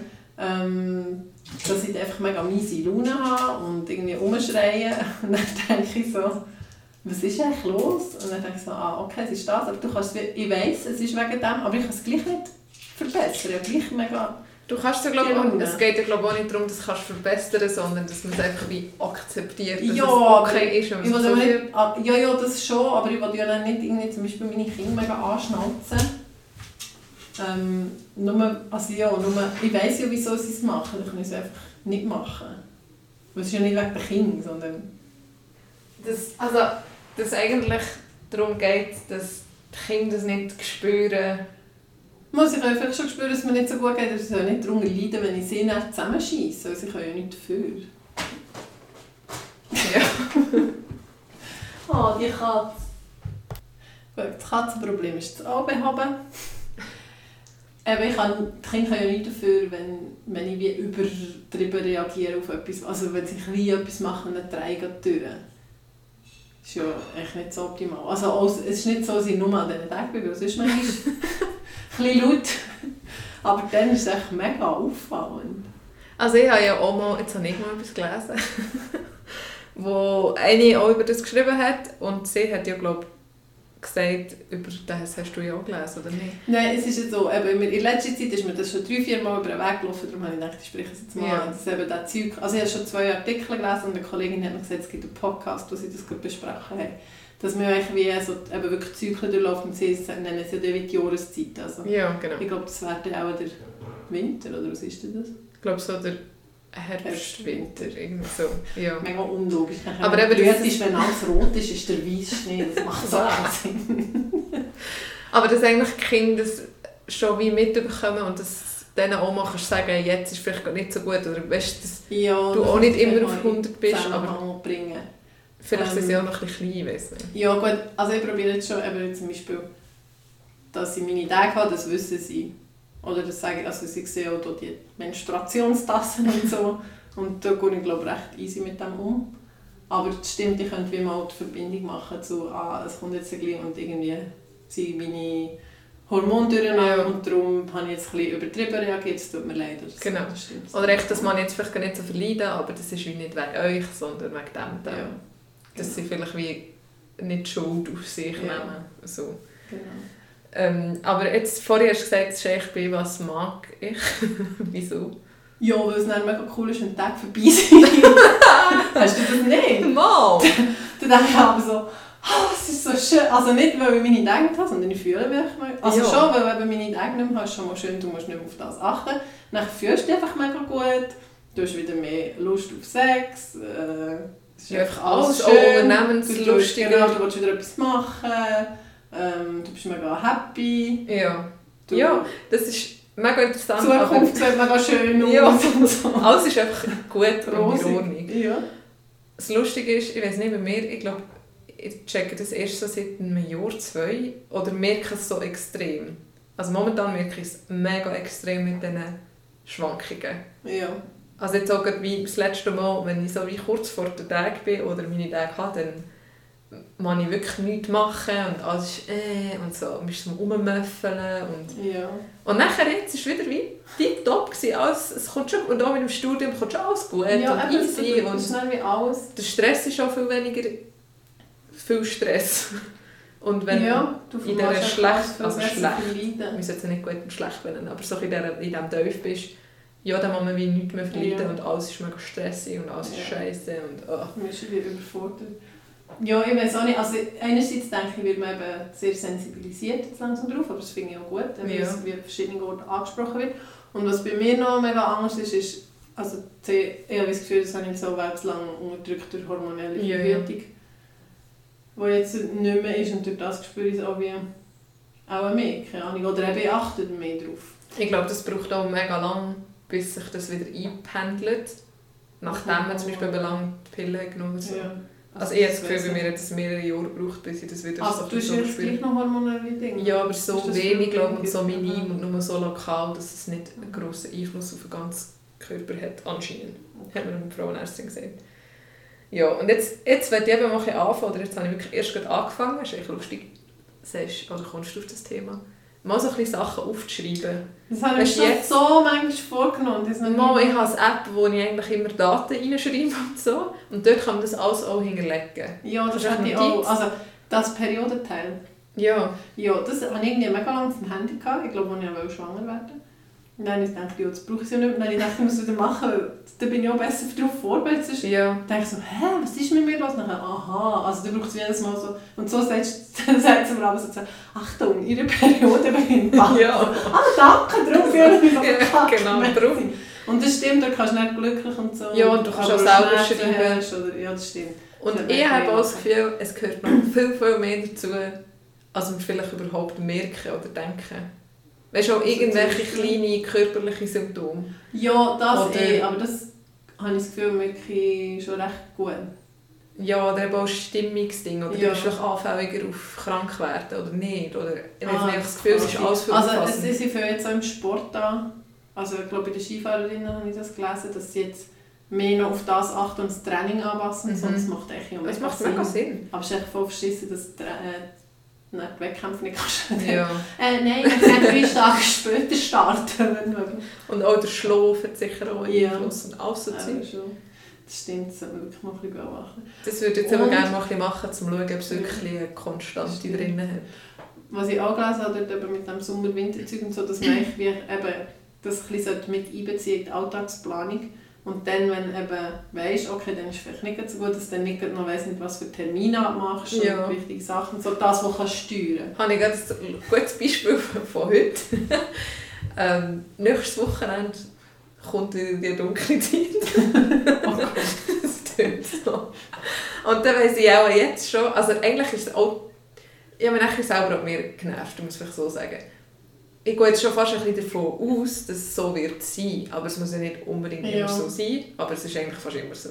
B: ähm, dass ich einfach mega miese Laune habe und irgendwie rumschreie. [laughs] Und dann denke ich so, was ist eigentlich los? Und dann denke ich so, ah, okay, es ist das. Aber du kannst, es- ich weiss, es ist wegen dem, aber ich kann es gleich nicht verbessern. Ich habe gleich mega...
A: Du kannst ja, glaub,
B: Ja.
A: es geht ja glaub, auch nicht darum, dass du es kannst verbessern sondern dass man es einfach wie akzeptiert, dass
B: Ja,
A: es okay ist. Und
B: Ich will
A: so
B: aber
A: viel-
B: nicht, ah, ja, ja, das schon, aber ich will ja dann nicht irgendwie zum Beispiel meine Kinder mega anschnauzen. Ähm, nur, also ja, nur, ich weiss ja, wieso sie es machen, ich kann es einfach nicht machen. Weil Es ist ja nicht wegen der Kinder, sondern...
A: dass, also, dass es eigentlich darum geht, dass die Kinder das nicht spüren.
B: Muss ich einfach schon spüren, dass es mir nicht so gut geht, aber sie sollen nicht darunter leiden, wenn ich sie nicht zusammenscheisse, weil sie können ja nicht dafür.
A: Ja.
B: Oh, die Katze. Gut, das Katzenproblem ist das Abbehaben. Eben, ich kann, die Kinder können ja nicht dafür, wenn, wenn ich wie übertrieben reagiere auf etwas. Also wenn sie klein etwas machen, dann drehe ich gleich durch. Das ist ja echt nicht so optimal. Also auch, es ist nicht so, dass ich nur an diesen Tag bin, weil sonst [laughs] manchmal ein bisschen laut. Aber dann ist es echt mega auffallend.
A: Also ich habe ja auch mal, jetzt habe ich mal etwas gelesen, [laughs] wo eine auch über das geschrieben hat und sie hat ja glaube gesagt, über das hast du ja auch gelesen, oder nicht?
B: Nein, es ist ja so, eben, wir- in letzter Zeit ist mir das schon drei, vier Mal über den Weg gelaufen, darum habe ich gedacht, ich spreche es jetzt mal
A: Ja.
B: an. Das ist eben das Zeug, also ich habe schon zwei Artikel gelesen und eine Kollegin hat mir gesagt, es gibt einen Podcast, wo sie das gerade besprochen haben. Dass man eigentlich wie so, eben wirklich Zyklen durchläuft und sie es- äh, nennen es ja dann wie die Jahreszeit. Also,
A: Ja, genau.
B: ich glaube, das wäre dann auch der Winter, oder was ist denn das?
A: Ich glaube so der Herbst,
B: Herbst,
A: Winter, irgendwie so. Ja.
B: Mega unlogisch.
A: Aber eben,
B: wenn
A: das-
B: es ist, wenn alles rot ist, ist der weiße Schnee, das macht
A: [laughs]
B: so keinen Sinn.
A: Aber dass eigentlich die Kinder das schon wie mitbekommen und dass denen auch mal kannst sagen, jetzt ist vielleicht gerade nicht so gut oder weißt, dass
B: Ja,
A: du auch nicht immer auf 100 bist, aber
B: aber... bringen.
A: vielleicht sind sie
B: Ähm.
A: auch noch ein bisschen klein, weiss nicht.
B: Ja gut, also ich probiere jetzt schon eben zum Beispiel, dass ich meine Tage habe, das wissen sie. Oder das sage ich, also sie sehen auch hier die Menstruationstassen und so. Und da gehe ich glaube ich, recht easy mit dem um. Aber das stimmt, ich könnte wie mal die Verbindung machen zu, ah, es kommt jetzt gleich und irgendwie sind meine Hormone durcheinander
A: Ja.
B: und darum habe ich jetzt ein bisschen übertrieben reagiert, es tut mir leid. Oder so.
A: Genau.
B: Das stimmt.
A: Oder echt, dass man jetzt vielleicht gar nicht so verleiden, aber das ist wie nicht wegen euch, sondern wegen dem.
B: Ja, Genau.
A: Thema. Dass sie vielleicht wie nicht Schuld auf sich
B: Ja.
A: nehmen. So.
B: genau.
A: Ähm, aber jetzt, vorher hast du gesagt, es ist echt bei was mag ich. [laughs] Wieso?
B: Ja, weil es dann mega cool ist, wenn die Tage vorbei
A: [laughs]
B: sind. Hast du das nicht?
A: Mal!
B: Dann denke ich aber so, «Ah, es ist so schön. Also nicht, weil ich meine Tage habe, sondern ich fühle mich einfach mal. Also
A: Ja.
B: schon, weil wenn du meine Tage nicht mehr hast, ist schon mal schön, du musst nicht mehr auf das achten. Dann fühlst du dich einfach mega gut, du hast wieder mehr Lust auf Sex. Äh, es ist
A: Ja,
B: einfach
A: alles
B: alles
A: auch
B: schön.
A: unternehmenslustiger.
B: Du, tust- genau, du willst wieder etwas machen, ähm, du bist mega happy.
A: Ja.
B: Du,
A: Ja, das ist mega interessant. aber
B: Zukunft sieht mega schön aus.
A: Ja.
B: und
A: [laughs]
B: so.
A: Alles ist einfach gut und
B: Rosig.
A: in Ordnung.
B: Ja.
A: Das Lustige ist, ich weiß nicht, bei mir, ich glaube, ich checke das erst so seit einem Jahr, zwei oder merke es so extrem. Also momentan merke ich es mega extrem mit diesen Schwankungen.
B: ja.
A: Also jetzt auch gerade wie das letzte Mal, wenn ich so wie kurz vor dem Tag bin oder meine Tage habe, dann man ich wirklich nichts machen und alles ist äh und so. Und bist am Rummöffeln und...
B: Ja.
A: Und nachher jetzt ist wieder wie tiptop gewesen. Alles, es kommt schon, und auch mit dem Studium kommt schon alles gut
B: ja,
A: und
B: eben, es
A: easy
B: ist
A: und
B: schnell wie alles.
A: der Stress ist auch viel weniger... viel Stress. [laughs] Und wenn...
B: ja, du
A: in dieser
B: vermagst
A: schlecht-
B: alles viel
A: also
B: besser
A: schlecht.
B: verleiden.
A: wir sollten nicht gut und schlecht benennen, aber so in, der, in diesem Teuf bist, ja, dann muss man wie nichts mehr verleiden
B: Ja.
A: und alles ist mega stressig und alles ist
B: Ja.
A: scheiße und oh.
B: Man ist schon wieder überfordert. Ja, ich weiß auch nicht. Also einerseits denke ich, wird man eben sehr sensibilisiert jetzt langsam drauf, aber das finde ich auch gut, wenn
A: Ja.
B: es wie an verschiedenen Orten angesprochen wird. Und was bei mir noch mega anders ist, ist, also die, ich habe das Gefühl, das habe ich so lebenslang unterdrückt durch hormonelle
A: Ja, ja.
B: Verhütung, wo jetzt nicht mehr ist und durch das spüre ich es auch wie auch mehr, keine Ahnung. Oder eben ich achte mehr drauf.
A: Ich glaube, das braucht auch mega lang, bis sich das wieder einpendelt, nachdem man zum Beispiel belangt die Pille genommen hat.
B: Ja.
A: Also ich habe das Gefühl, bei mir hat es mehrere Jahre gebraucht, bis ich das wieder
B: Also du hast
A: so
B: jetzt gleich
A: spüre.
B: noch hormonelle Dinge?
A: Ja, aber so
B: Ist das
A: wenig, glaube ich, und
B: wirklich- Ah.
A: so minim
B: Aha.
A: und nur so lokal, dass es nicht einen grossen Einfluss auf den ganzen Körper hat, anscheinend. hat mir eine Frauenärztin gesagt. Ja, und jetzt, jetzt will ich eben mal ein bisschen anfangen, oder jetzt habe ich wirklich erst gerade angefangen, ist echt lustig, sagst, oder kommst du auf das Thema, mal so ein bisschen Sachen aufzuschreiben.
B: Das habe ich
A: Weißt du,
B: mir schon
A: jetzt-
B: so manchmal vorgenommen. Das ist noch
A: Und
B: nie-
A: mal, ich habe eine App, wo ich eigentlich immer Daten reinschreibe und so, und dort kann man das alles auch hinterlegen.
B: ja, das
A: Hast du
B: hatte ich
A: Notiz?
B: auch. Also, das Periodenteil.
A: Ja,
B: Ja, das hatte ich irgendwie mega lange auf dem Handy. Gehabt. Ich glaube, als ich auch schwanger werden wollte. Und dann habe ich gedacht, ja, das brauche ich ja nicht mehr. Dann habe ich gedacht, ich muss es wieder machen, weil da bin ich auch besser darauf vorbereitet. Sonst
A: ja,
B: denke ich so, hä, was ist mit mir los? Dann, aha, also du brauchst jedes Mal so. Und so sagst du, [laughs] dann sagt sie mir aber so, Achtung, ihre Periode
A: [laughs]
B: beginnt. bald.
A: ja.
B: Ah, danke,
A: [laughs]
B: darum fühle ich mich so
A: Ja,
B: verkackt.
A: genau,
B: Merci.
A: darum.
B: Und das stimmt, da kannst du nicht glücklich und so.
A: Ja, und du kannst
B: Aber
A: auch selber
B: Schmerzen
A: schreiben.
B: hast Oder, ja, das stimmt.
A: Und ich habe auch das Gefühl, es gehört noch viel, viel mehr dazu, als man vielleicht überhaupt merken oder denken. Weißt du, auch irgendwelche kleine körperliche Symptome.
B: Ja, das
A: Oder-
B: eh, aber das habe ich das Gefühl, wirklich schon recht gut.
A: Ja, oder eben auch ein Stimmungsding. Oder
B: Ja.
A: du bist vielleicht anfälliger auf krank werden oder nicht. Oder ich weiß
B: Ah,
A: nicht, ich habe das Gefühl, es ist alles viel
B: Also es
A: umfassend.
B: ist sie für jetzt auch im Sport an. Also ich glaube, bei den Skifahrerinnen habe ich das gelesen, dass sie jetzt mehr noch auf das achten und das Training anpassen.
A: Mhm.
B: Sonst macht echt ja
A: Es macht mega Sinn.
B: Aber es ist echt voll verschissen, dass du äh, nicht die Wettkämpfe nicht kannst.
A: Ja.
B: [laughs] Äh, nein, ich kann drei Tage später starten. Wenn du
A: [laughs] Und auch der Schlaf hat sicher auch
B: Ja.
A: Einfluss und alles so
B: Ja,
A: Zeug.
B: schon. Das stimmt, das sollte man wirklich mal ein bisschen beobachten.
A: Das würde ich jetzt aber
B: Und-
A: gerne mal ein bisschen machen, um zu schauen, ob es wirklich eine
B: Das
A: Konstante
B: stimmt.
A: drin hat.
B: Was ich auch gelesen habe, dort eben mit dem Sommer-Winterzeug und so, dass man eigentlich wie eben das ein bisschen sollte mit einbeziehen in die Alltagsplanung. Und dann, wenn du eben weisst, okay, dann ist es vielleicht nicht so gut, dass du dann nicht gerade noch weiss, nicht, was für Termine du machst
A: Ja.
B: und wichtige Sachen, so das, was kannst steuern
A: Habe ich gerade ein gutes Beispiel von heute. ähm, nächstes Wochenende kommt wieder die dunkle Zeit.
B: kannst.
A: das tönt so. Und dann weiss ich auch jetzt schon, also eigentlich ist es auch, ich habe mich nachher selber auch mehr genervt, muss ich so sagen. Ich gehe jetzt schon fast ein bisschen davon aus, dass es so wird sein, aber es muss ja nicht unbedingt
B: Ja.
A: immer so sein, aber es ist eigentlich fast immer so.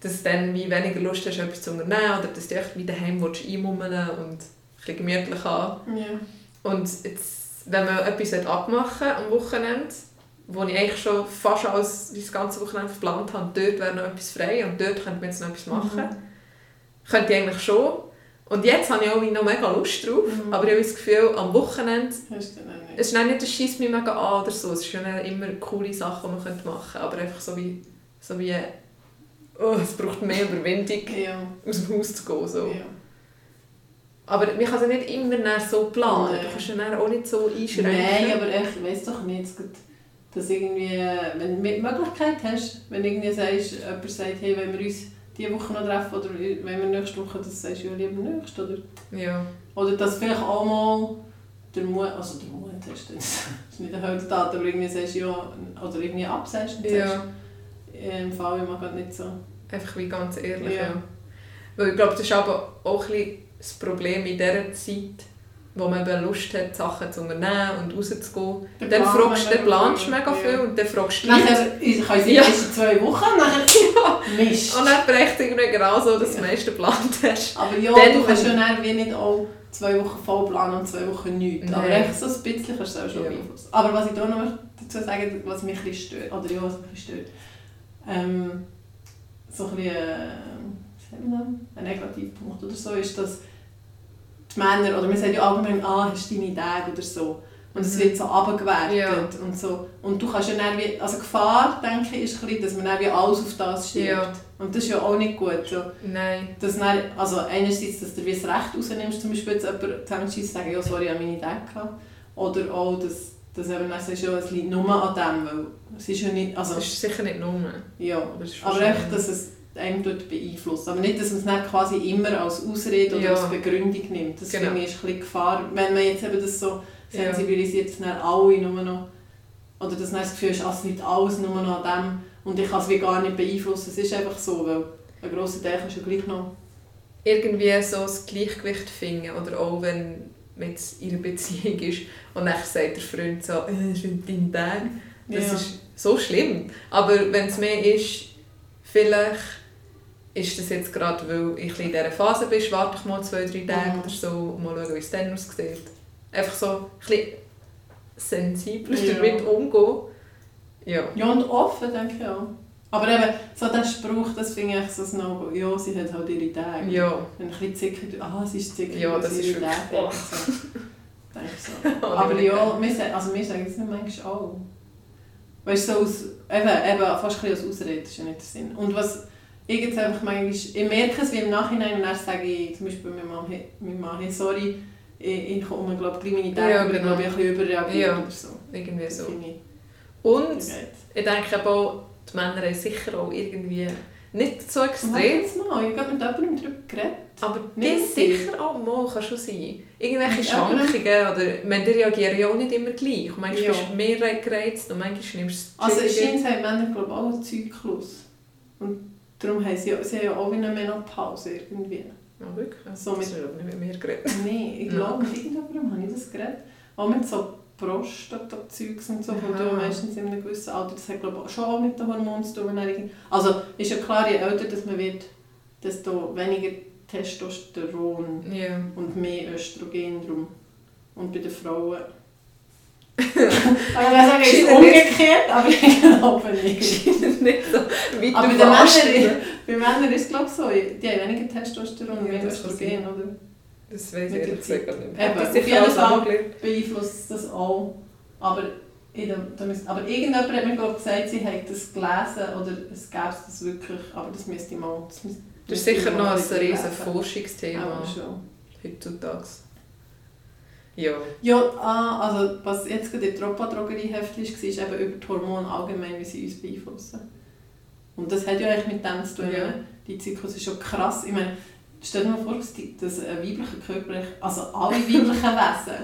A: Dass du dann wie weniger Lust hast, etwas zu unternehmen oder dass du echt wie daheim willst einmummeln und ein bisschen gemütlich haben
B: Ja.
A: und jetzt, wenn man etwas hat abmachen am Wochenende, wo ich eigentlich schon fast alles, wie das ganze Wochenende verplant habe, dort wäre noch etwas frei und dort könnte man jetzt noch
B: Mhm.
A: etwas machen. Könnte ich eigentlich schon. Und jetzt habe ich auch noch mega Lust drauf,
B: Mhm.
A: aber ich habe das Gefühl, am Wochenende,
B: Hast du dann auch nicht.
A: es ist dann nicht, das schießt mich mega an oder so, es ist ja dann immer coole Sachen, die man machen könnte, aber einfach so wie, so wie oh, es braucht mehr Überwindung,
B: Ja,
A: aus dem Haus zu gehen. So.
B: ja.
A: Aber man kann es ja nicht immer dann so planen,
B: Nein.
A: du kannst ja dann auch nicht so einschränken.
B: Nein, aber echt, ich weiß doch nicht, es gibt- dass irgendwie, äh, wenn du die Möglichkeit hast, wenn irgendwie sagst, jemand sagt, hey, wenn wir uns diese Woche noch treffen oder wenn wir nächste Woche, das sagst du ja lieber nächste, oder?
A: Ja.
B: Oder dass vielleicht auch mal der Mut, also der Mut hast du jetzt, das ist nicht eine Heldentat, aber irgendwie sagst du ja, oder irgendwie absagst und sagst,
A: Ja,
B: äh, im Fall, ich mag halt nicht so.
A: einfach wie ganz ehrlich. Ja.
B: Ja.
A: Weil ich glaube, das ist aber auch ein bisschen das Problem in dieser Zeit, wo man eben Lust hat, Sachen zu unternehmen und rauszugehen.
B: Der
A: dann
B: Plan
A: fragst du,
B: mega
A: dann planst du
B: viel,
A: mega
B: ja.
A: viel und dann fragst du Leute.
B: Nachher, ich kann sagen,
A: Ja.
B: erst in zwei Wochen,
A: [laughs]
B: nachher, Mist.
A: Und dann bricht ah, irgendwie genau so, dass du
B: Ja.
A: am meisten geplant hast.
B: Aber ja,
A: Dann-
B: du kannst ja dann wie nicht auch zwei Wochen voll planen und zwei Wochen nichts. Aber
A: Nein.
B: echt so ein bisschen kannst du auch schon
A: Ja.
B: beeinflussen. Aber was ich da noch möchte dazu sagen was mich ein bisschen stört, oder ja, was mich ein bisschen stört, ähm, so ein bisschen, äh, was haben wir da? Ein Negativpunkt. Punkt oder so ist, dass die Männer, oder man sagt ja allgemein, ah, hast du deine Tage oder so. Und es
A: Mhm.
B: wird so abgewertet
A: Ja.
B: und so. Und du kannst ja dann wie, also Gefahr, denke ich, ist ein bisschen, dass man dann wie alles auf das stirbt.
A: Ja.
B: Und das ist ja auch nicht gut. So.
A: Nein.
B: Dass dann, also einerseits, dass du wie das Recht rausnimmst, zum Beispiel jetzt jemand zusammenschießt und sagt, ja, sorry, ich habe meine Tage gehabt. Oder auch, dass, dass eben dann sagst, ja, es liegt nur an dem, weil es ist ja nicht, also,
A: Das ist sicher nicht nur.
B: ja.
A: Aber, es ist
B: Aber
A: wahrscheinlich-
B: echt, dass es einem dort beeinflusst. Aber nicht, dass man es dann quasi immer als Ausrede oder
A: Ja.
B: als Begründung nimmt. Das
A: Genau.
B: finde ich ist ein bisschen Gefahr, wenn man jetzt eben das so
A: Ja.
B: sensibilisiert, dass dann alle nur noch, oder dass dann das Gefühl ist, es liegt alles nur noch an dem und ich kann es wie gar nicht beeinflussen. Es ist einfach so, weil ein grosser Teil kannst du ja gleich noch.
A: irgendwie so das Gleichgewicht finden oder auch wenn man jetzt in einer Beziehung ist und dann sagt der Freund so, «Äh, das ist dein Tag. Das
B: Ja.
A: ist so schlimm. Aber wenn es mehr ist, vielleicht ist das jetzt gerade, weil ich ein bisschen in dieser Phase bin, warte ich mal zwei, drei Tage
B: Mhm.
A: oder so und mal schauen, wie es dann aussieht. Einfach so ein bisschen sensibler
B: Ja.
A: damit umgehen. Ja.
B: Ja, und offen, denke ich auch. Aber eben, so der Spruch, das finde ich so ein No-Go. Ja, sie hat halt ihre Tage.
A: Ja.
B: Wenn ein bisschen zickig, ah, es ist zickig,
A: Ja,
B: weil
A: das
B: sie
A: ist
B: ihre
A: wirklich-
B: Tage hat. So. Denke ich
A: [laughs]
B: so. Aber
A: [laughs] Oder
B: ja, wir sagen, also wir sagen es nicht manchmal auch. Weißt du, so aus, eben, eben, fast ein bisschen als Ausrede ist ja nicht der Sinn. Und was ich jetzt einfach manchmal, ich merke es wie im Nachhinein und dann sage ich zum Beispiel meinem Mann, hey, meinem Mann, hey sorry, ich, ich komme, glaube ich, gleich meine Tage,
A: Ja,
B: aber ich
A: genau.
B: glaube, ich habe ein bisschen überreagiert
A: Ja.
B: oder so.
A: Irgendwie
B: Das
A: so.
B: finde ich
A: Und
B: geil.
A: ich denke eben auch, die Männer haben sicher auch irgendwie nicht so
B: Und was
A: extrem,
B: jetzt mal? Ich habe mit jemandem darüber geredet.
A: aber
B: Nicht
A: die
B: sehr.
A: sicher auch mal, kann schon sein. Irgendwelche
B: Ja, aber-
A: Schwankungen oder man die reagieren ja auch nicht immer gleich. Und Manchmal
B: Ja.
A: bist du mehr gereizt und manchmal nimmst du
B: Also
A: chilliger.
B: scheint haben Männer, glaube ich, auch einen Zyklus. Und darum haben sie, ja- sie haben ja auch wie eine Menopause irgendwie.
A: Ja, wirklich.
B: So mit-
A: das ist ja nicht mit mir geredet.
B: Nein, ich
A: Ja.
B: glaube, mit irgendjemandem habe ich das geredet. Auch mit so Prostata-Zeugs und so, wo
A: Aha.
B: du meistens in einem gewissen Alter, das hat glaube ich schon auch mit den Hormonen zu tun. wenn er irgendwie- Also ist ja klar, je älter dass man wird, desto weniger Testosteron [laughs]
A: Ja.
B: und mehr Östrogen drum. Und bei den
A: [laughs]
B: Frauen... also das sage ich jetzt umgekehrt, aber
A: [laughs]
B: ich glaube nicht.
A: nicht so weit
B: Aber bei den
A: überraschend.
B: Männern, bei Männern ist es glaube ich so, die haben weniger Testosteron und
A: Ja,
B: mehr
A: das kann
B: Östrogen, oder?
A: Das
B: Mit
A: weiß ich
B: der
A: ehrlich gesagt gar nicht.
B: Eben,
A: Hat das
B: auf
A: sicher
B: jeden
A: alles
B: Fall.
A: angeschaut.
B: beeinflusst das auch. Aber, in dem, da müsst, aber irgendjemand hat mir glaub, gesagt, sie hätte das gelesen oder es gäbe das wirklich, aber das müsste ich mal... Das, müsste,
A: Das ist sicher noch ein
B: bisschen
A: riesen
B: lesen.
A: Forschungsthema
B: Aber schon.
A: heutzutage. Ja. [laughs]
B: Ja, ah, also was jetzt gerade in der Tropa-Drogerie-Heftli war, war eben über die Hormone allgemein, wie sie uns beeinflussen. Und das hat ja eigentlich mit dem zu tun.
A: Ja.
B: Die Zyklus ist schon krass. Ich meine, stell dir mal vor, dass die- dass ein weiblicher Körper, also alle weiblichen Wesen,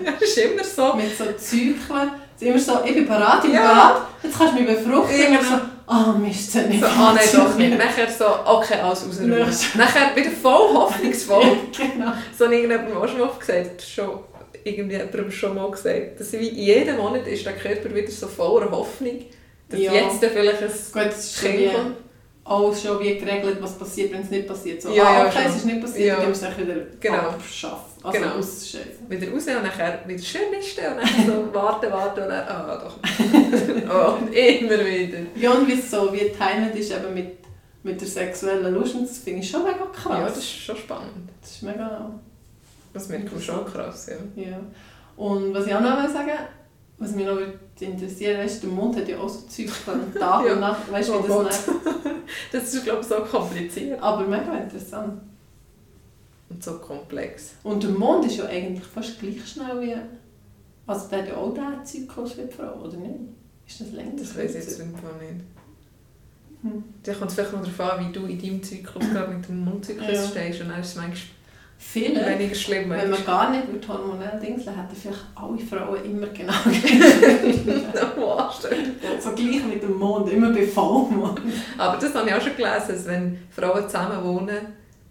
A: Ja, das ist immer so.
B: mit so Zyklen. Es ist immer so, ich bin bereit, ich bin
A: Ja.
B: bereit, jetzt kannst du mich befruchten.
A: Genau.
B: Und so, ah Mist, das hat nicht
A: So, ah
B: [laughs]
A: nein, doch nicht.
B: funktioniert.
A: Nachher so, okay, alles raus.
B: Nicht.
A: Nachher wieder voll hoffnungsvoll.
B: genau.
A: So habe irgendjemandem auch schon mal gesagt, schon, irgendjemandem schon mal gesagt, dass wie jeden Monat ist der Körper wieder so voller Hoffnung, dass
B: Ja.
A: jetzt dann vielleicht ein
B: Gut, es ist schon wie,
A: Kind kommt.
B: auch schon wie geregelt, was passiert, wenn es nicht passiert. So,
A: Ja,
B: ah,
A: ja,
B: okay,
A: schon.
B: es ist nicht passiert,
A: Ja.
B: dann musst du es wieder
A: Genau.
B: abschaffen. Also
A: Genau.
B: ausscheiden.
A: Wieder raus und nachher wieder schön ist und
B: [laughs]
A: dann so warten, warten und dann, ah [laughs] doch. und immer wieder.
B: Ja, und wie es so wie timed ist eben mit, mit der sexuellen Lust, und das finde ich schon mega krass.
A: Ja, das ist schon spannend.
B: das ist mega...
A: Das merkt man schon krass, ja.
B: Ja. Und was ich auch noch will sagen was mich noch würde interessieren weißt, der Mund hat ja auch so Zeug
A: [laughs]
B: von Tag
A: Ja.
B: und Nacht, weißt du,
A: Oh
B: wie
A: Gott.
B: das nennt?
A: [laughs] Das ist, glaube ich, so kompliziert
B: Aber mega interessant.
A: und so komplex.
B: Und der Mond ist ja eigentlich fast gleich schnell wie. Also der hat ja auch den Zyklus wie die Frau, oder nicht? Ist das länger?
A: Das weiß ich jetzt einfach nicht.
B: Hm.
A: Da kommt es vielleicht noch darauf an, wie du in deinem Zyklus gerade mit dem Mundzyklus
B: Ja.
A: stehst und dann ist es manchmal
B: Vielleicht,
A: weniger schlimm.
B: wenn
A: manchmal.
B: man gar nicht mit hormonellen Dings hätten vielleicht alle Frauen immer [laughs] genau
A: [laughs]
B: gleich. so gleich mit dem Mond, immer bei Vollmond.
A: Aber das habe ich auch schon gelesen, dass wenn Frauen zusammen wohnen,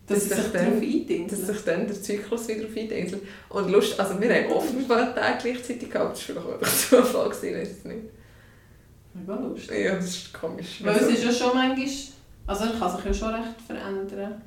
B: Dass sie
A: Das
B: sich
A: ist
B: darauf
A: dann-
B: eindingseln.
A: dass sich dann der Zyklus wieder auf eindenselt. Und Lust, also wir haben oft ein paar Tage gleichzeitig gehabt, das war vielleicht einfach Zufall, gewesen, ich weiß es nicht.
B: Mega lustig.
A: Ja, das ist komisch.
B: Weil es ist ja schon manchmal, also er kann sich ja schon recht verändern.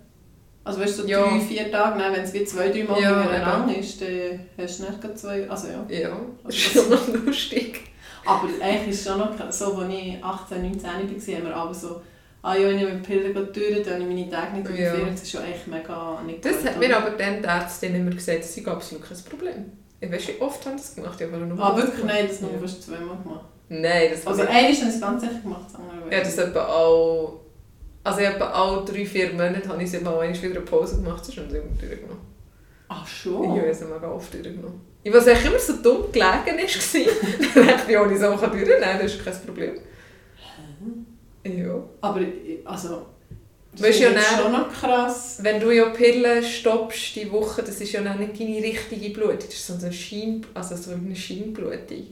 B: Also weißt du, so
A: Ja.
B: drei, vier Tage, ne, wenn es wie zwei, drei Mal
A: Ja,
B: hintereinander ist, dann hast du nicht gerade zwei, also ja.
A: Ja, das ist
B: Also-
A: schon noch lustig.
B: Aber eigentlich ist es schon noch so, als ich 18, 19 war, haben wir aber so ah ja, wenn ich mit Pillen gehe, durch, dann habe ich meine Tage nicht
A: Ja.
B: mehr ja. Das ist ja echt mega nicht
A: Das
B: gut,
A: hat mir
B: oder?
A: aber dann die Ärztin immer gesagt, das sei absolut kein Problem. Ich weiß, wie oft haben das gemacht? Ich habe nur
B: Ah,
A: mal
B: wirklich?
A: gemacht.
B: Nein, das nur
A: Ja.
B: fast zweimal gemacht.
A: Nein, das
B: Also,
A: also,
B: einmal habe ich es ganz sicher gemacht, das andere
A: ja, das etwa auch... Also etwa alle drei, vier Monate habe ich es mal einmal wieder eine Pause gemacht und es immer durchgenommen.
B: Ach
A: Ich
B: schon?
A: habe es mega oft durchgenommen. Ich was eigentlich immer so dumm gelegen ist, [laughs] war, dachte ich, ohne Sachen durchnehmen, kann, das ist kein Problem. Ja.
B: Aber, ich- also... Das
A: Weißt
B: ist
A: du ja
B: jetzt
A: nicht-
B: schon noch krass.
A: Wenn du ja Pillen stoppst die Woche, das ist ja dann nicht deine richtige Blutung, das ist so eine, Schein, also so eine Scheinblutung,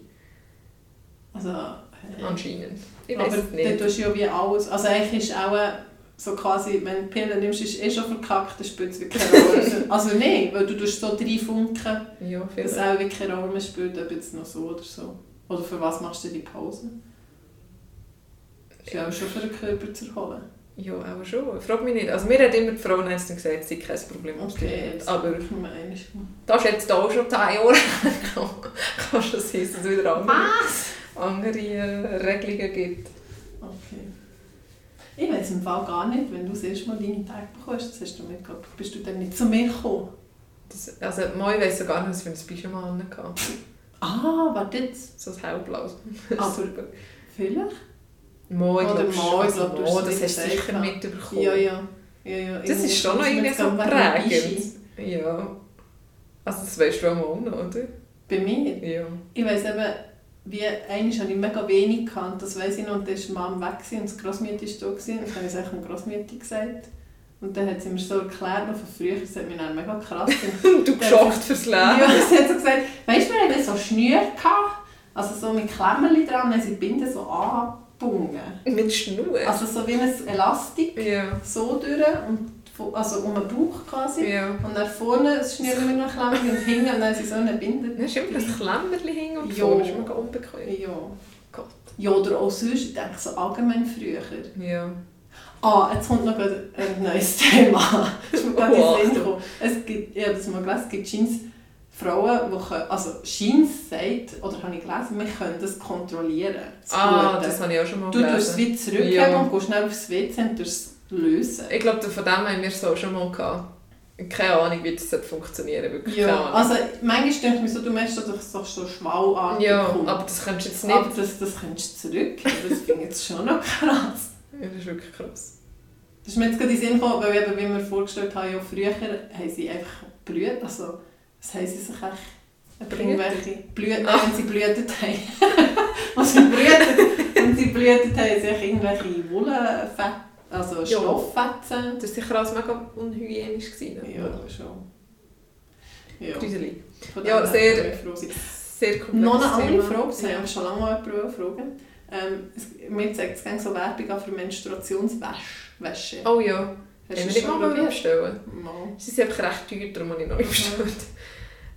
B: Also... äh,
A: anscheinend. Ich
B: aber
A: weiß es
B: dann
A: nicht.
B: tust du ja wie alles... Also eigentlich ist auch äh, so quasi, wenn du Pillen nimmst, ist eh schon verkackt, dann spielt es wie keine Rolle.
A: [laughs]
B: also nein, weil du tust so drei Funken,
A: Ja, vielleicht.
B: dass auch wie keine Rolle mehr spielt, ob jetzt noch so oder so. Oder für was machst du die Pause? Ist ja auch schon für den Körper zu erholen.
A: Ja, aber schon. Frag mich nicht. Also mir hat immer die Frauenärztin gesagt, sie sei kein Problem am
B: Okay,
A: Stillen. Aber
B: ich meine, ich
A: das ist jetzt auch schon 10 Jahre [laughs] Kann schon sein, dass es wieder andere, andere äh, Regelungen gibt.
B: Okay. Ich weiß im Fall gar nicht, wenn du das erste Mal deine Tage bekommst, das hast du mir gehabt, bist du dann nicht zu mir gekommen?
A: Das, also Moi weiss ja gar nicht, was für ein Pyjama an hatte.
B: Ah, warte jetzt.
A: So ein hellblaues. [laughs]
B: Aber-
A: Super.
B: Vielleicht?
A: Moi,
B: Oder
A: glaubst du-
B: Moi,
A: also
B: glaub, du hast
A: Moi,
B: es
A: das
B: nicht
A: hast du sicher
B: gesagt, ja.
A: mitbekommen.
B: Ja, ja. ja, ja.
A: Das ist schon noch irgendwie so prägend. Ja. Also das weißt du auch mal, auch noch, oder?
B: Bei mir?
A: Ja. [laughs]
B: Ich weiß eben, wie einmal hatte ich mega wenig gekannt, das weiß ich noch, und dann war die Mom weg gewesen und das Grossmütti war da gewesen, und dann habe ich es eigentlich dem Grossmütti gesagt. Und dann hat sie mir so erklärt, noch von früher, das hat mich dann mega krass
A: [laughs]
B: gemacht.
A: Du geschockt fürs Leben.
B: Ja, sie hat so gesagt, weißt du, wir hatten so Schnür, gehabt, also so mit Klemmerli dran, dann sind die Binden so angebunden.
A: Mit Schnur.
B: Also so wie ein Elastik,
A: Ja.
B: so durch, und, vo- also um den Bauch quasi.
A: Ja.
B: Und dann vorne das Schnür mit einem Klemmerli und hinten, und dann sind so eine Binde.
A: Dann ist immer das Klemmerchen hing und
B: Ja.
A: vorne ist mega unbequem.
B: Ja.
A: Gott.
B: ja, oder auch sonst, ich denke so allgemein früher.
A: Ja.
B: Ah, jetzt kommt noch gerade ein neues Thema.
A: [laughs]
B: Ist mir gerade
A: Oh,
B: in den Sinn gekommen. Es gibt, ich habe das mal gelesen, es gibt Jeans Frauen, die können, also Jeans sagt, oder habe ich gelesen, wir können das kontrollieren. Das
A: Ah,
B: Bluten.
A: das habe ich auch schon mal
B: Du tust es
A: gelesen.
B: wie zurückgeben
A: Ja.
B: und gehst schnell aufs WC und tust es lösen.
A: Ich glaube, von dem haben wir es auch schon mal gehabt. Keine Ahnung, wie das funktionieren sollte, wirklich. Keine
B: Ja,
A: Ahnung.
B: also manchmal denke ich mir so, du merkst, dass es doch so schwallartig
A: ja,
B: kommt.
A: ah, aber das kannst du jetzt nicht.
B: Aber das, das kannst du zurückgeben, das finde ich jetzt schon noch [laughs] krass.
A: Ja, das ist wirklich krass.
B: Das ist mir jetzt gerade in den Sinn gekommen, weil eben, wie wir vorgestellt haben, ja früher haben sie einfach blüht, also was haben sie sich echt?
A: Blüten?
B: Irgendwelche Blüten,
A: Ah.
B: wenn sie blühtet haben. [laughs] und sie blühtet, wenn sie blühtet haben, sie echt irgendwelche Wollenfetzen, also
A: Ja.
B: Stofffetzen.
A: Das war sicher alles mega unhygienisch. Gewesen, ne?
B: Ja, schon. Ja,
A: Gruselig.
B: von
A: Ja,
B: dem her
A: sehr-
B: können wir froh sein.
A: Sehr komplex.
B: Noch eine andere Frage, das haben wir schon lange mal jemanden fragen. Ähm, es- mir zeigt es gerne so Werbung an für Menstruationswäsche. Wäsche.
A: Oh ja,
B: Hast du das
A: haben wir nicht
B: schon
A: mal
B: probiert?
A: bestellen.
B: Mal.
A: Sie sind einfach recht teuer, darum habe ich noch nicht bestellt.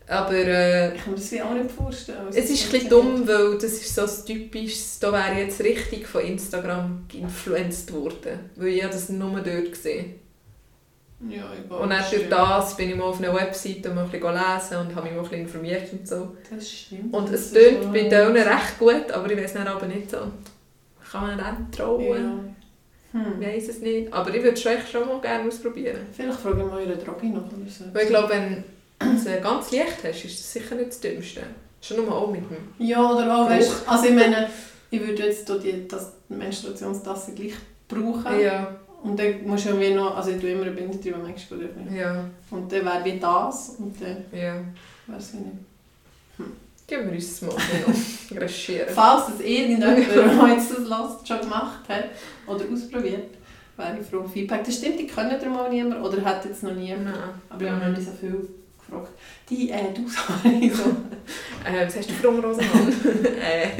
A: Aber äh,
B: Ich kann mir das wie auch nicht vorstellen.
A: es ist ein bisschen dumm, weil das ist so ein typisches, da wäre jetzt richtig von Instagram geinfluenced worden. Weil ich habe das nur dort gesehen
B: Ja, egal.
A: Und dann
B: das
A: durch
B: stimmt.
A: das bin ich mal auf einer Webseite mal ein bisschen lesen und habe mich mal ein bisschen informiert und so.
B: Das stimmt.
A: Und es
B: Das ist
A: tönt
B: auch-
A: bei denen recht gut, aber ich weiß dann aber nicht so. Kann man dann trauen?
B: Ja.
A: Ich
B: Hm.
A: weiß es nicht. Aber ich würde es eigentlich schon mal gerne ausprobieren.
B: Vielleicht fragen wir mal ihre Drogi noch oder so.
A: Weil ich glaube, wenn du es ganz leicht hast, ist das sicher nicht das Dümmste. Schon nur auch mit dem.
B: Ja, oder auch, weißt
A: Geruch.
B: du, also ich meine, ich würde jetzt hier die, das, die Menstruationstasse gleich brauchen.
A: Ja,
B: Und dann musst du ja wie noch, also ich tue immer eine Binde drüber, manchmal oder nicht.
A: ja,
B: Und dann wäre wie das und dann
A: ja.
B: wäre es wie nicht.
A: Geben wir uns das mal genau. recherchieren.
B: Falls das irgendjemand, der jetzt das lasst, schon gemacht hat oder ausprobiert, wäre ich froh um Feedback. Das stimmt, die können ja mal niemand oder hat jetzt noch niemand.
A: Nein.
B: Aber ich habe noch nicht so viel gefragt. Die, äh, du, [laughs] sorry. So.
A: Äh, was hast du für
B: [laughs]
A: Rosa äh.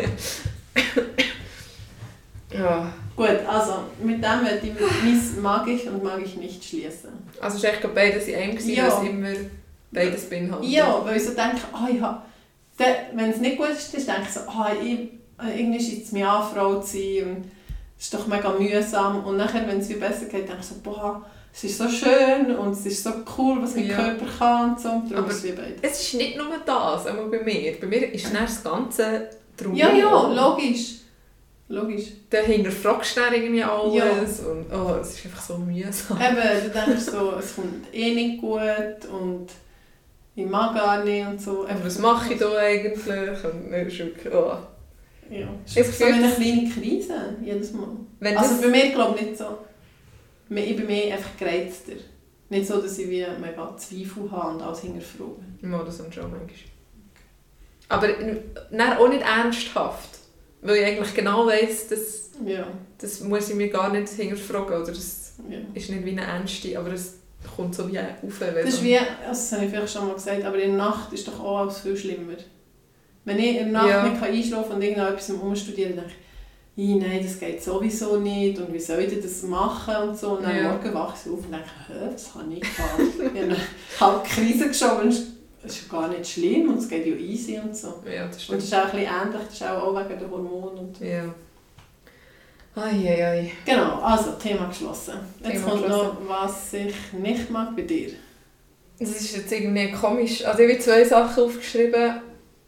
A: ja.
B: Gut, also mit dem werde ich mein mag ich und mag ich nicht schließen.
A: Also es war eigentlich beides in einem, gewesen,
B: Ja.
A: weil es immer beides beinhaltet.
B: Ja, weil ich so denke, ah ja, der- wenn es nicht gut ist, dann denke ich so, ah, ich, äh, irgendwie ist es mir an, Frau zu sein. und Es ist doch mega mühsam. Und nachher, wenn es viel besser geht, denke ich so, boah, es ist so schön und es ist so cool, was mein
A: Ja.
B: Körper kann und so. Und darum
A: Aber-
B: ist es wie beide.
A: Es ist nicht nur das, einmal bei mir. Bei mir ist dann das Ganze drum.
B: Ja, ja, logisch. Logisch.
A: Dann hinterfragst du dann irgendwie alles. Und, oh, es ist einfach so mühsam.
B: Eben, du denkst so, es kommt eh nicht gut und ich mag gar nicht und so.
A: Aber was mache ich da eigentlich? Und dann ist wirklich, oh.
B: Ja. Es
A: Ich
B: ist so
A: fühl-
B: eine kleine Krise, jedes Mal.
A: Wenn
B: also
A: das-
B: bei mir glaube ich nicht so. Mir- Ich bin mehr einfach gereizter. Nicht so, dass ich wie mega Zweifel habe und alles hinterfrage.
A: Mal das und schon manchmal. Aber n- dann auch nicht ernsthaft. Weil ich eigentlich genau weiss, das,
B: Ja,
A: das muss ich mir gar nicht hinterfragen. Oder das
B: ja.
A: ist nicht wie eine Ernste, aber es kommt so wie auf.
B: Das ist wie, also das habe ich vielleicht schon mal gesagt, aber in der Nacht ist doch auch alles viel schlimmer. Wenn ich in der Nacht
A: Ja.
B: nicht kann einschlafen kann und irgendetwas umstudieren denke ich, «Ih, nein, das geht sowieso nicht und wie soll ich denn das machen und so. Und dann
A: Ja.
B: morgen wache ich auf und denke, «Hä, das kann ich gar nicht. [laughs] Ich habe eine halbe Krise geschoben, das ist gar nicht schlimm und es geht ja easy und so.
A: Ja, das
B: Und das
A: stimmt.
B: ist auch ein bisschen ähnlich, das ist auch, auch wegen der Hormone. Und
A: Ja. Eieiei.
B: genau, also Thema geschlossen. Jetzt
A: Thema
B: kommt
A: geschlossen.
B: noch, was ich nicht mag bei dir.
A: Das ist jetzt irgendwie komisch. Also ich habe zwei Sachen aufgeschrieben,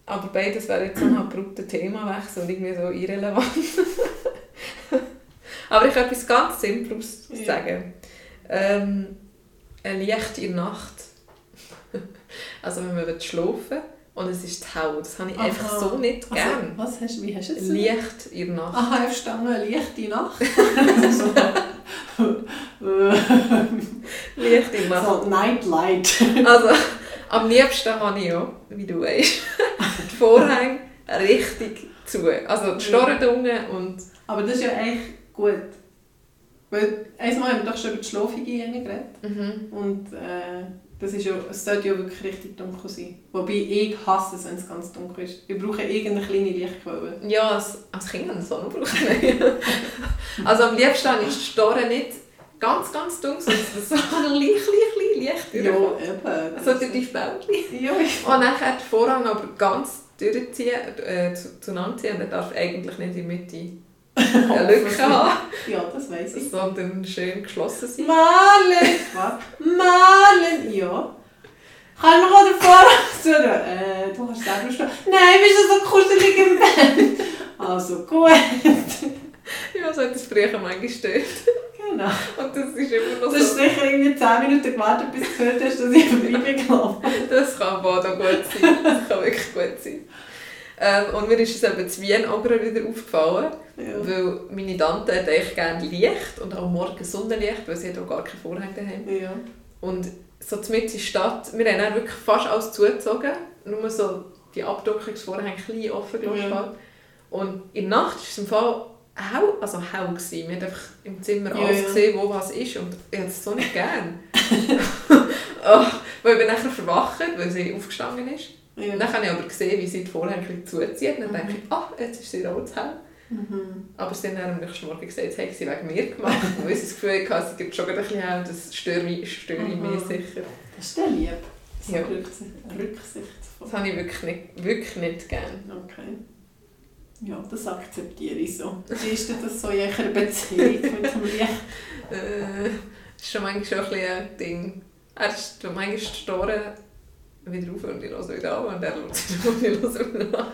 A: aber beides wäre jetzt so ein abrupter Themawechsel und irgendwie so irrelevant. [laughs] aber ich habe etwas ganz Simples zu
B: Ja.
A: sagen. Ähm, ein Licht in der Nacht. [laughs] also wenn man schlafen will und es ist hell. Das habe ich einfach
B: Aha.
A: so nicht
B: Also,
A: gern.
B: was hast, wie hast du jetzt
A: Licht in der Nacht.
B: Aha, ich verstehe, eine leichte [laughs] Nacht. so,
A: Licht in der Nacht.
B: Nightlight.
A: Also, am liebsten habe ich ja, wie du weißt, die Vorhänge richtig zu. Also die Storren da unten und
B: Aber das ist ja echt gut. Weil, einmal haben wir doch schon über die Schlafhygiene geredet. Und äh, das ist ja, es sollte ja wirklich richtig dunkel sein. Wobei ich hasse es, wenn es ganz dunkel ist. Ich brauche irgendeine kleine Lichtquelle.
A: ja, als, als Kind einen Sonne braucht man. Also am liebsten habe ich die Storren nicht ganz, ganz dunkel, sondern so ein leicht, leicht, leicht, leicht durch.
B: eben.
A: So durch die Fältchen.
B: Also Ja, ich-
A: Und nachher den Vorhang aber ganz durchziehen, äh, zu- zueinander ziehen. Der darf eigentlich nicht in der Mitte eine Lücke haben,
B: Ja, das weiß [laughs] ich.
A: sondern schön geschlossen sein.
B: Malen! Was? Malen! Ja. Kann man auch den [laughs] Vorhang zu Äh, du kannst selber stehen. Nein, bist du so kuschelig im Bett? Also gut.
A: Ja, so hat das früher manchmal gestört.
B: Genau.
A: Und das ist immer
B: Du
A: noch
B: hast
A: so.
B: sicher irgendwie 10 Minuten gewartet, bis du gehört hast, dass ich vorbeigelaufen bin.
A: Das kann aber auch noch gut sein. Das kann wirklich gut sein. Ähm, und mir ist es eben zu Wien auch gerade wieder aufgefallen,
B: Ja.
A: weil meine Tante hat echt gerne Licht und auch morgen Sonnenlicht, weil sie hat auch gar keine Vorhänge daheim.
B: Ja.
A: Und so mitten in der Stadt, wir haben dann wirklich fast alles zugezogen, nur so die Abdunklungsvorhänge klein offen gelassen.
B: Ja.
A: Und in der Nacht war es im Fall hell, also hell gewesen. Wir haben einfach im Zimmer
B: Ja,
A: alles
B: ja.
A: gesehen, wo was ist und ich habe es so nicht gern. [laughs] oh, weil ich bin nachher verwacht, weil sie aufgestanden ist. Und
B: Ja.
A: dann habe ich aber gesehen, wie sie die Vorhänge ein bisschen zuzieht und dann
B: Mhm.
A: denke ich, ach, jetzt ist sie rot zu hell.
B: Mhm.
A: Aber sie haben dann am nächsten Morgen gesagt, das haben sie wegen mir gemacht, weil sie das Gefühl hatten, es gibt schon gerade ein bisschen hell, das störe ich, störe ich
B: Mhm.
A: mir sicher.
B: Das ist der lieb. So
A: Ja.
B: rücksicht- rücksichtsvoll.
A: Das habe ich wirklich nicht, wirklich nicht gern.
B: Okay. Ja, das akzeptiere ich so. Wie ist denn das so in einer Beziehung mit dem Licht?
A: Äh, ist schon manchmal schon ein bisschen ein Ding. Er ist schon manchmal gestorben, wieder auf und ich höre wieder an und er hört sich [laughs] wieder auf und ich höre wieder an.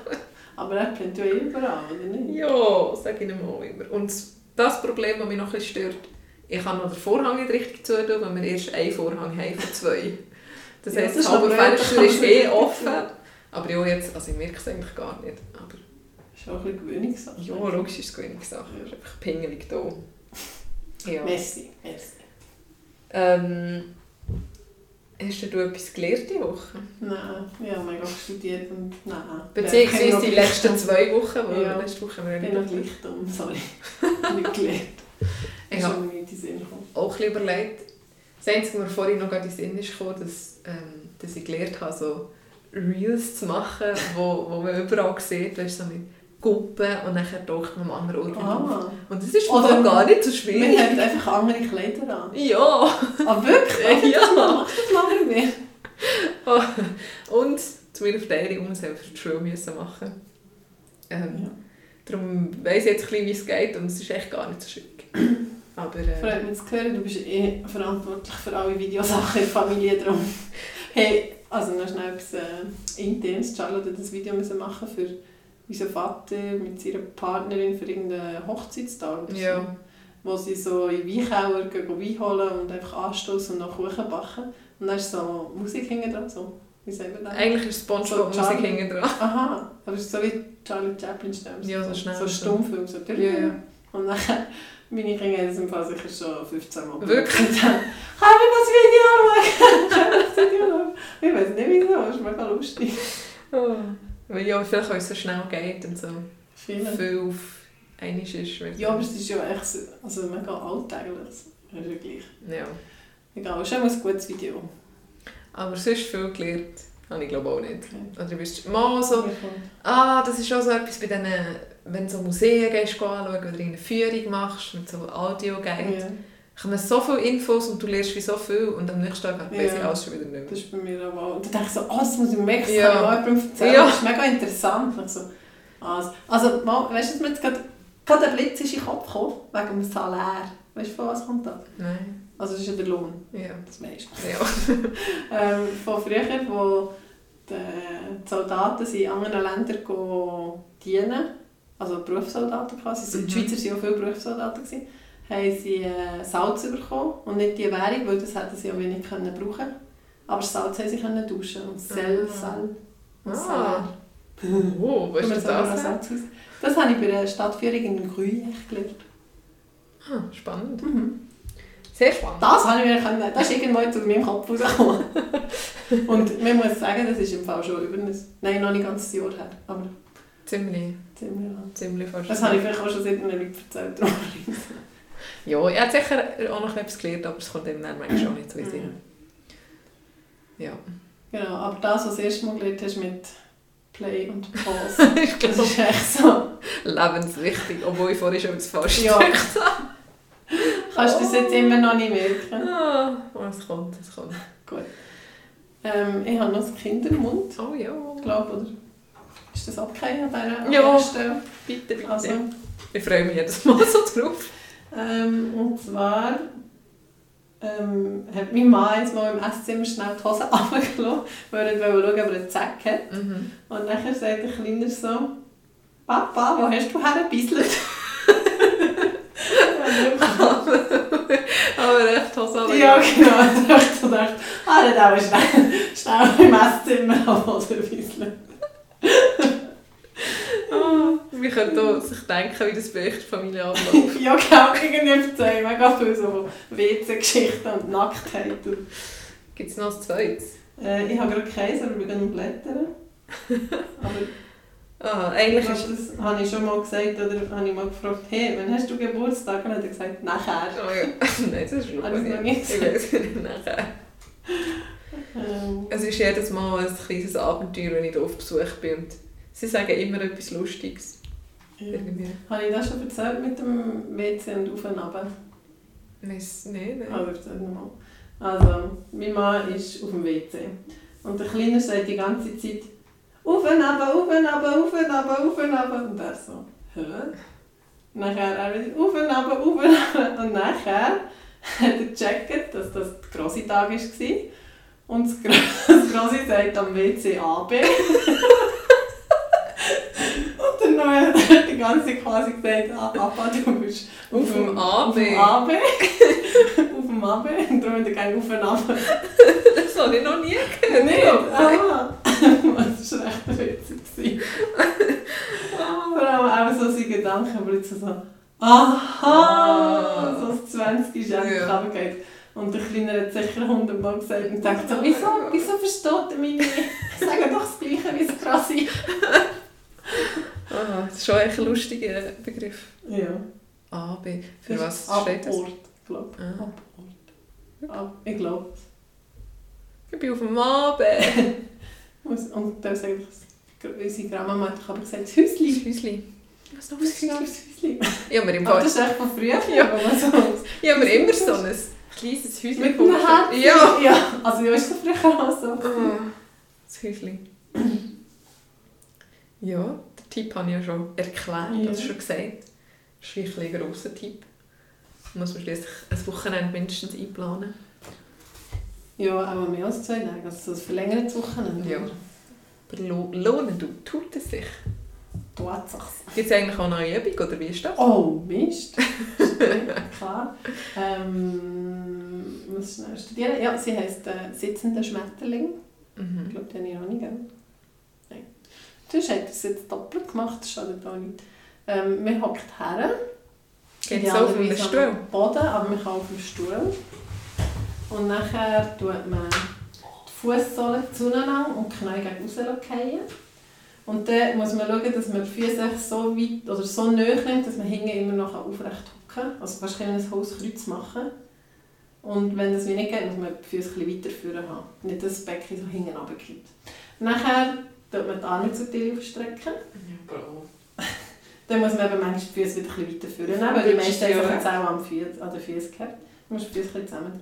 B: Aber er brennt ja überall, oder nicht?
A: Ja, sage ich ihm auch immer. Und das Problem, das mich noch ein bisschen stört, ich kann noch den Vorhang nicht richtig zu tun, weil wir erst einen Vorhang haben von zwei. Das
B: Ja,
A: heisst,
B: das
A: das
B: ist
A: halbe
B: noch blöd,
A: Fenster
B: das
A: ist
B: kann
A: eh
B: man
A: offen.
B: nicht
A: Aber ja, jetzt, also ich merke es eigentlich gar nicht. Aber
B: Das ist auch ein bisschen Gewöhnungssache.
A: ja, logisch ist es eine gute Sache. Es ist einfach pingelig da. Ja.
B: Merci, merci.
A: Ähm, hast du etwas gelernt diese Woche?
B: Nein, ich habe mega studiert und nein.
A: Beziehungsweise die
B: Ich
A: letzten zwei Wochen, weil
B: Ja.
A: letzte Woche haben wir ja
B: bin
A: nicht
B: noch
A: wirklich-
B: gleich dumm, sorry. nicht gelernt.
A: Ich
B: Ich
A: habe
B: habe mir nicht in den Sinn gekommen.
A: auch ein bisschen überlegt. Das Einzige, was mir vorhin noch gerade in den Sinn ist gekommen, dass, ähm, dass ich gelernt habe, so Reels zu machen, [laughs] wo, wo man überall sieht, weißt, so mit Gruppen und dann taucht man am anderen Ort auf.
B: Ah,
A: Und das ist
B: Oder-
A: Oder gar nicht so
B: wir
A: schwierig.
B: haben einfach andere Kleider an.
A: Ja,
B: Ah, wirklich?
A: [laughs] ja.
B: Mach das mal mit mir.
A: Und zu meiner Verteidigung muss ich einfach die Schule müssen machen. Ähm,
B: Ja.
A: Darum weiss ich jetzt ein bisschen, wie es geht und es ist echt gar nicht so
B: [clears throat]
A: schick. Aber äh,
B: Freut mich zu hören, du bist eh verantwortlich für alle Videosachen in der Familie. Darum. Hey, also noch schnell etwas äh, Internes. Charlotte hat ein Video müssen machen für unser Vater mit ihrer Partnerin für irgendeinen Hochzeitstag oder so.
A: Ja.
B: Wo sie so in Weinkauer gehen, gehen Wein holen und einfach anstoßen und noch Kuchen backen. Und dann ist so Musik hinten dran, so. Wie sagen wir das?
A: Eigentlich ist Spongebob
B: So
A: Musik
B: Charlie.
A: hinten dran.
B: Aha, aber es ist so wie Charlie Chaplin Stamps.
A: Ja, so schnell
B: So
A: so.
B: Stummfilm. So.
A: Ja, ja.
B: Und dann, meine Kinder haben es im Fall sicher schon 15 Mal
A: Wirklich?
B: benutzt. Dann, Kann ich das Video anschauen? Kann ich das Video anschauen? [laughs] Ich weiß nicht wieso, aber es ist mega lustig. Oh.
A: Weil ja, vielleicht auch es so schnell geht und so
B: Viele.
A: viel auf einmal ist. weil-
B: Ja, aber es ist ja echt so- also mega alltäglich. Das ist ja gleich.
A: ja.
B: Egal, es ist immer ein gutes Video.
A: Aber sonst viel gelernt habe ich glaube auch nicht.
B: Okay.
A: Oder du bist mal
B: Also,
A: so, ah, das ist auch so etwas bei diesen, wenn du so Museen gehst, gehen anschauen oder eine Führung machst mit so Audio-Guide.
B: Ja,
A: kommen so viele Infos und du lernst wie so viel und am nächsten Tag weiss ich
B: Ja.
A: alles schon wieder nicht
B: das ist bei mir aber auch. Da denke ich so, oh, das muss ich mega
A: Ja.
B: ja. jemandem erzählen.
A: Ja.
B: Das ist mega interessant. Und ich so, also, also mal, weißt du, was mir jetzt gerade, gerade der Blitz ist in den Kopf gekommen, wegen dem Salär. Weißt du, von was kommt das?
A: mehr. Nein.
B: Also, es ist ja der Lohn,
A: Ja.
B: das weißt du.
A: Ja.
B: Ähm, von früher, wo die Soldaten sind in anderen Ländern go dienen, also Berufssoldaten quasi, so
A: Mhm.
B: die Schweizer waren ja viele Berufssoldaten, gewesen, haben sie äh, Salz bekommen und nicht die Währung, weil das hätten sie ja wenig können brauchen Aber das Salz haben sie können duschen und Sel,
A: Ah.
B: Sel und
A: Ah.
B: Salär.
A: Oh, weißt du
B: Kommen wir zu einem
A: das? her?
B: Salz aus. Das habe ich bei der Stadtführung in Grüich gelernt.
A: Ah, spannend.
B: Mhm.
A: Sehr spannend.
B: Das habe ich mir können, das ist irgendwo jetzt aus meinem Kopf rausgekommen. Und man muss sagen, das ist im Fall schon über ein, nein, noch nicht ganz ein Jahr her, aber
A: Ziemlich,
B: ziemlich lang.
A: ziemlich fast.
B: Das habe ich vielleicht auch schon seit einem Leuten erzählt. [laughs]
A: Ja, ich habe sicher auch noch etwas gelernt, aber es kommt eben dann manchmal auch nicht so in den
B: Mhm.
A: Sinn. Ja.
B: Genau, aber das, was du das erste Mal gelernt hast mit Play und
A: [laughs]
B: Pause,
A: ich
B: das
A: glaube,
B: ist echt so.
A: lebenswichtig, obwohl ich vorhin schon etwas falsch
B: Ja.
A: gesagt habe.
B: Kannst du das jetzt immer noch nicht merken?
A: Ah, oh, es kommt, es kommt.
B: Ähm, ich habe noch das Kind im Mund,
A: Oh ja,
B: glaube oder? Ist das okay an dieser
A: Ja.
B: Stelle?
A: bitte, bitte.
B: Also,
A: Ich freue mich jedes Mal so drauf.
B: Ähm, und zwar ähm, hat mein Mann jetzt mal im Esszimmer schnell die Hose [laughs] runtergelassen, weil er nicht schauen wollte, ob er einen Zack hat.
A: Mhm.
B: Und nachher sagt der Kleiner so, «Papa, wo hast du hergebisselt?»
A: [laughs] Aber echt, Hose runter.
B: [laughs] Ja, genau. [laughs] Und ich so gedacht, «Ah, dann auch schnell, schnell im Esszimmer am Boden bisseln.»
A: Ah, wir können da sich denken, wie das bei euch Familie
B: [laughs]
A: abläuft.
B: Ja, genau. Irgendwie erzählen mega viel so WC-Geschichten und Nacktheit. Und,
A: Gibt es noch ein zweites?
B: äh, ich habe gerade keins, aber wir gehen am blättern. Aber
A: Ah,
B: Ich
A: eigentlich ist
B: glaube, das habe ich schon mal gesagt oder habe ich mal gefragt, hey, wann hast du Geburtstag? Und dann hat er gesagt, nachher.
A: Oh ja. Nein, das ist schon
B: Habe ich noch nicht
A: Ich weiß nicht nachher. Also
B: Ähm,
A: Es ist jedes Mal ein kleines Abenteuer, wenn ich da auf Besuch bin. Und sie sagen immer etwas Lustiges.
B: ja.
A: Irgendwie.
B: Habe ich das schon erzählt mit dem WC und auf und runter?
A: Weiss nicht. nein.
B: Aber erzähl nochmal. Also, mein Mann ist auf dem WC. Und der Kleine sagt die ganze Zeit, auf und runter, auf und runter, auf und runter, auf und runter. Und er so, hä? Nachher er wieder, auf und runter, auf und runter. Und nachher hat er [laughs] gecheckt, dass das der grosse Tag war. Und das Gro- [laughs] das Grosse sagt am WC AB. [laughs] Und der Neue hat halt die ganze Zeit quasi gesagt, ah, Papa, du bist
A: Auf dem
B: Auf dem
A: AB.
B: AB. [laughs] auf dem AB. Und darum hat er gerne auf und ab.
A: [laughs] Das habe ich noch nie gehört.
B: Nicht? Ah, [laughs] das war echt witzig. gewesen. Vor allem auch so seine Gedanken, aber jetzt so, aha,
A: Ah.
B: so das 20 ist
A: Ja.
B: einfach runtergeht. Und der Kleine hat sicher hundertmal gesagt und denkt so, wieso, wieso versteht er mich nicht? Ich sage doch das Gleiche wie das Krassi.
A: Ah, das ist schon echt ein lustiger Begriff.
B: Ja.
A: A, B. Für was
B: Ab
A: steht das?
B: Ort, glaub.
A: Ah.
B: Ab Ort. Ab, ich glaube.
A: Ich bin auf dem Abend.
B: [laughs] Und dann sagt unsere Grandmama hat doch aber gesagt, das Häusli.
A: Das Häuschen. Was noch
B: Das ist
A: was
B: das
A: Häuschen?
B: Häusli.
A: Ich habe mir im
B: Aber
A: Fall-
B: das ist echt von früher,
A: Oh Ja.
B: wo man so...
A: ich habe mir immer so ein kleines Häuschen
B: Mit einem Herz?
A: Ja.
B: ja. Also ja, ist das früher auch so.
A: Ah, Das Häuschen. Ja, den Tipp habe ich ja schon erklärt,
B: Ja.
A: also schon gesagt. Das ist wirklich ein bisschen ein grosser Tipp. Muss man schließlich ein Wochenende mindestens einplanen.
B: Ja, aber mehr als zwei Tage. Also das verlängerte Wochenende.
A: Ja. Aber lo- lohnen du, tut es sich.
B: Tatsache.
A: Gibt es eigentlich auch neue Übungen oder wie ist das?
B: Oh, Mist. [laughs] Okay, Klar. Ähm, ich muss schnell studieren. Ja, sie heisst äh, Sitzender Schmetterling. Ich
A: Mhm.
B: glaube, die habe ich noch nie gegeben. Nein. Sonst hat er es jetzt doppelt gemacht, das schadet auch nicht. Ähm, man hockt her.
A: Geht es auch auf einem
B: Idealerweise
A: Stuhl?
B: Am Boden, aber man kann auf dem Stuhl. Und nachher tut man die Fußsohlen zueinander und die Knie gegen aussen fallen. Und dann muss man schauen, dass man die Füße sich so weit oder so nahe nimmt, dass man hinten immer noch aufrecht hocken kann. Also fast ein Hauskreuz machen. Und wenn das wie nicht geht, muss man die Füße ein bisschen weiter führen haben. Nicht, dass das Becken so hinten runterkommt. Nachher tut man die Arme zu dir aufstrecken. Dann muss man eben manchmal die Füße wieder ein bisschen weiter führen, weil die meisten haben sich jetzt auch am Füß, an den Füßen gehabt. Du musst die Füße ein bisschen zusammen.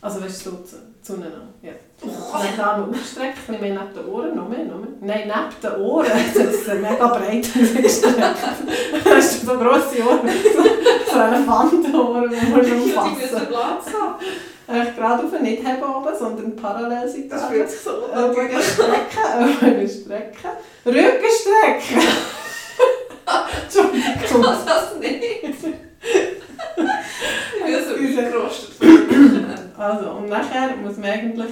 B: Also weißt du, so zu, zueinander. Ja. Dann die Arme ausstrecken, ein bisschen mehr neben den Ohren, noch mehr, noch mehr. Nein, neben den Ohren. [laughs] Das ist mega breit ausgestreckt. Du hast so grosse Ohren, so, so Elefantenohren, die
A: [laughs]
B: musst du umfassen.
A: Platz haben.
B: Eigentlich gerade auf nicht heben oben, sondern parallel sind
A: Das fühlt sich so an.
B: Rücken [laughs] strecken, Rücken strecken, Rücken strecken!
A: Ich
B: Entschuldigung.
A: kann das [laughs] nicht. Ich bin so eingerostet.
B: [laughs] Also, und nachher muss man eigentlich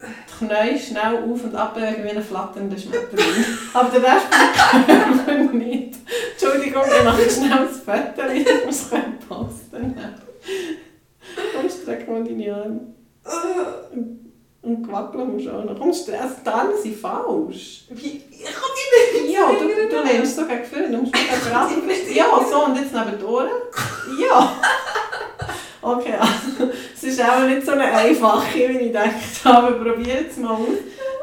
B: die Knie schnell auf und ab bewegen wie ein flatternder Schmetterling. Aber der Rest vom Körper [laughs] nicht. Entschuldigung, ich mache schnell das Foto, ich muss es posten. Komm, streck mal deine Arme. Und wackeln musst du auch noch. Komm, streck, also die Arme sind falsch.
A: Wie? Ich kann nicht
B: Ja, du, du lehnst so gegen vorne, du musst mich gegen Gras Ja, so und jetzt neben die Ohren. Ja. [laughs] Okay, also, es ist auch nicht so eine einfache, wie ich gedacht habe. Probiert es mal aus.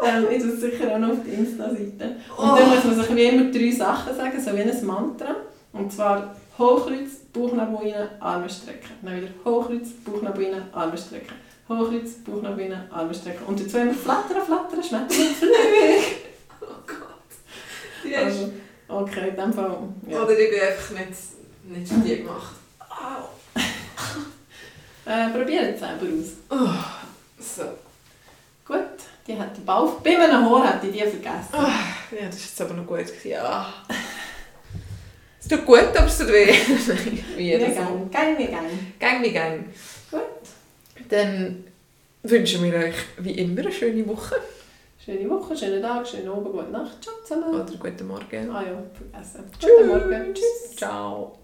B: Ähm, ich tue es sicher auch noch auf die Insta-Seite. Und dann muss man sich wie immer drei Sachen sagen, so wie ein Mantra. Und zwar Hochkreuz, Bauchnabel rein, Arme strecken. Dann wieder Hochkreuz, Bauchnabel rein, Arme strecken. Hochkreuz, Bauchnabel rein, Arme strecken. Und dazu immer flattern, flattern, schmettern.
A: Oh Gott. Die hast-
B: Also, okay, in dem Fall. ja.
A: Oder ich bin einfach nicht, nicht für die gemacht.
B: Au. äh, probiert es selber aus.
A: So.
B: Gut, die hat den Ball. Bei einem Haar hätte ich die vergessen.
A: Ja, dus das war jetzt aber noch gut. gewesen. Ja. Es tut gut, aber es tut [laughs] weh. Wie
B: Wir
A: jedes Mal.
B: gehen, gehen, wir gehen.
A: Gang wie gang.
B: Gut.
A: Dann wünschen wir euch wie immer eine schöne Woche.
B: Schöne Woche, schönen Tag, schönen Abend, gute Nacht. Ciao zusammen.
A: Oder guten Morgen.
B: Ah ja, vergessen.
A: Tschüss.
B: Guten Morgen. Tschüss.
A: Ciao.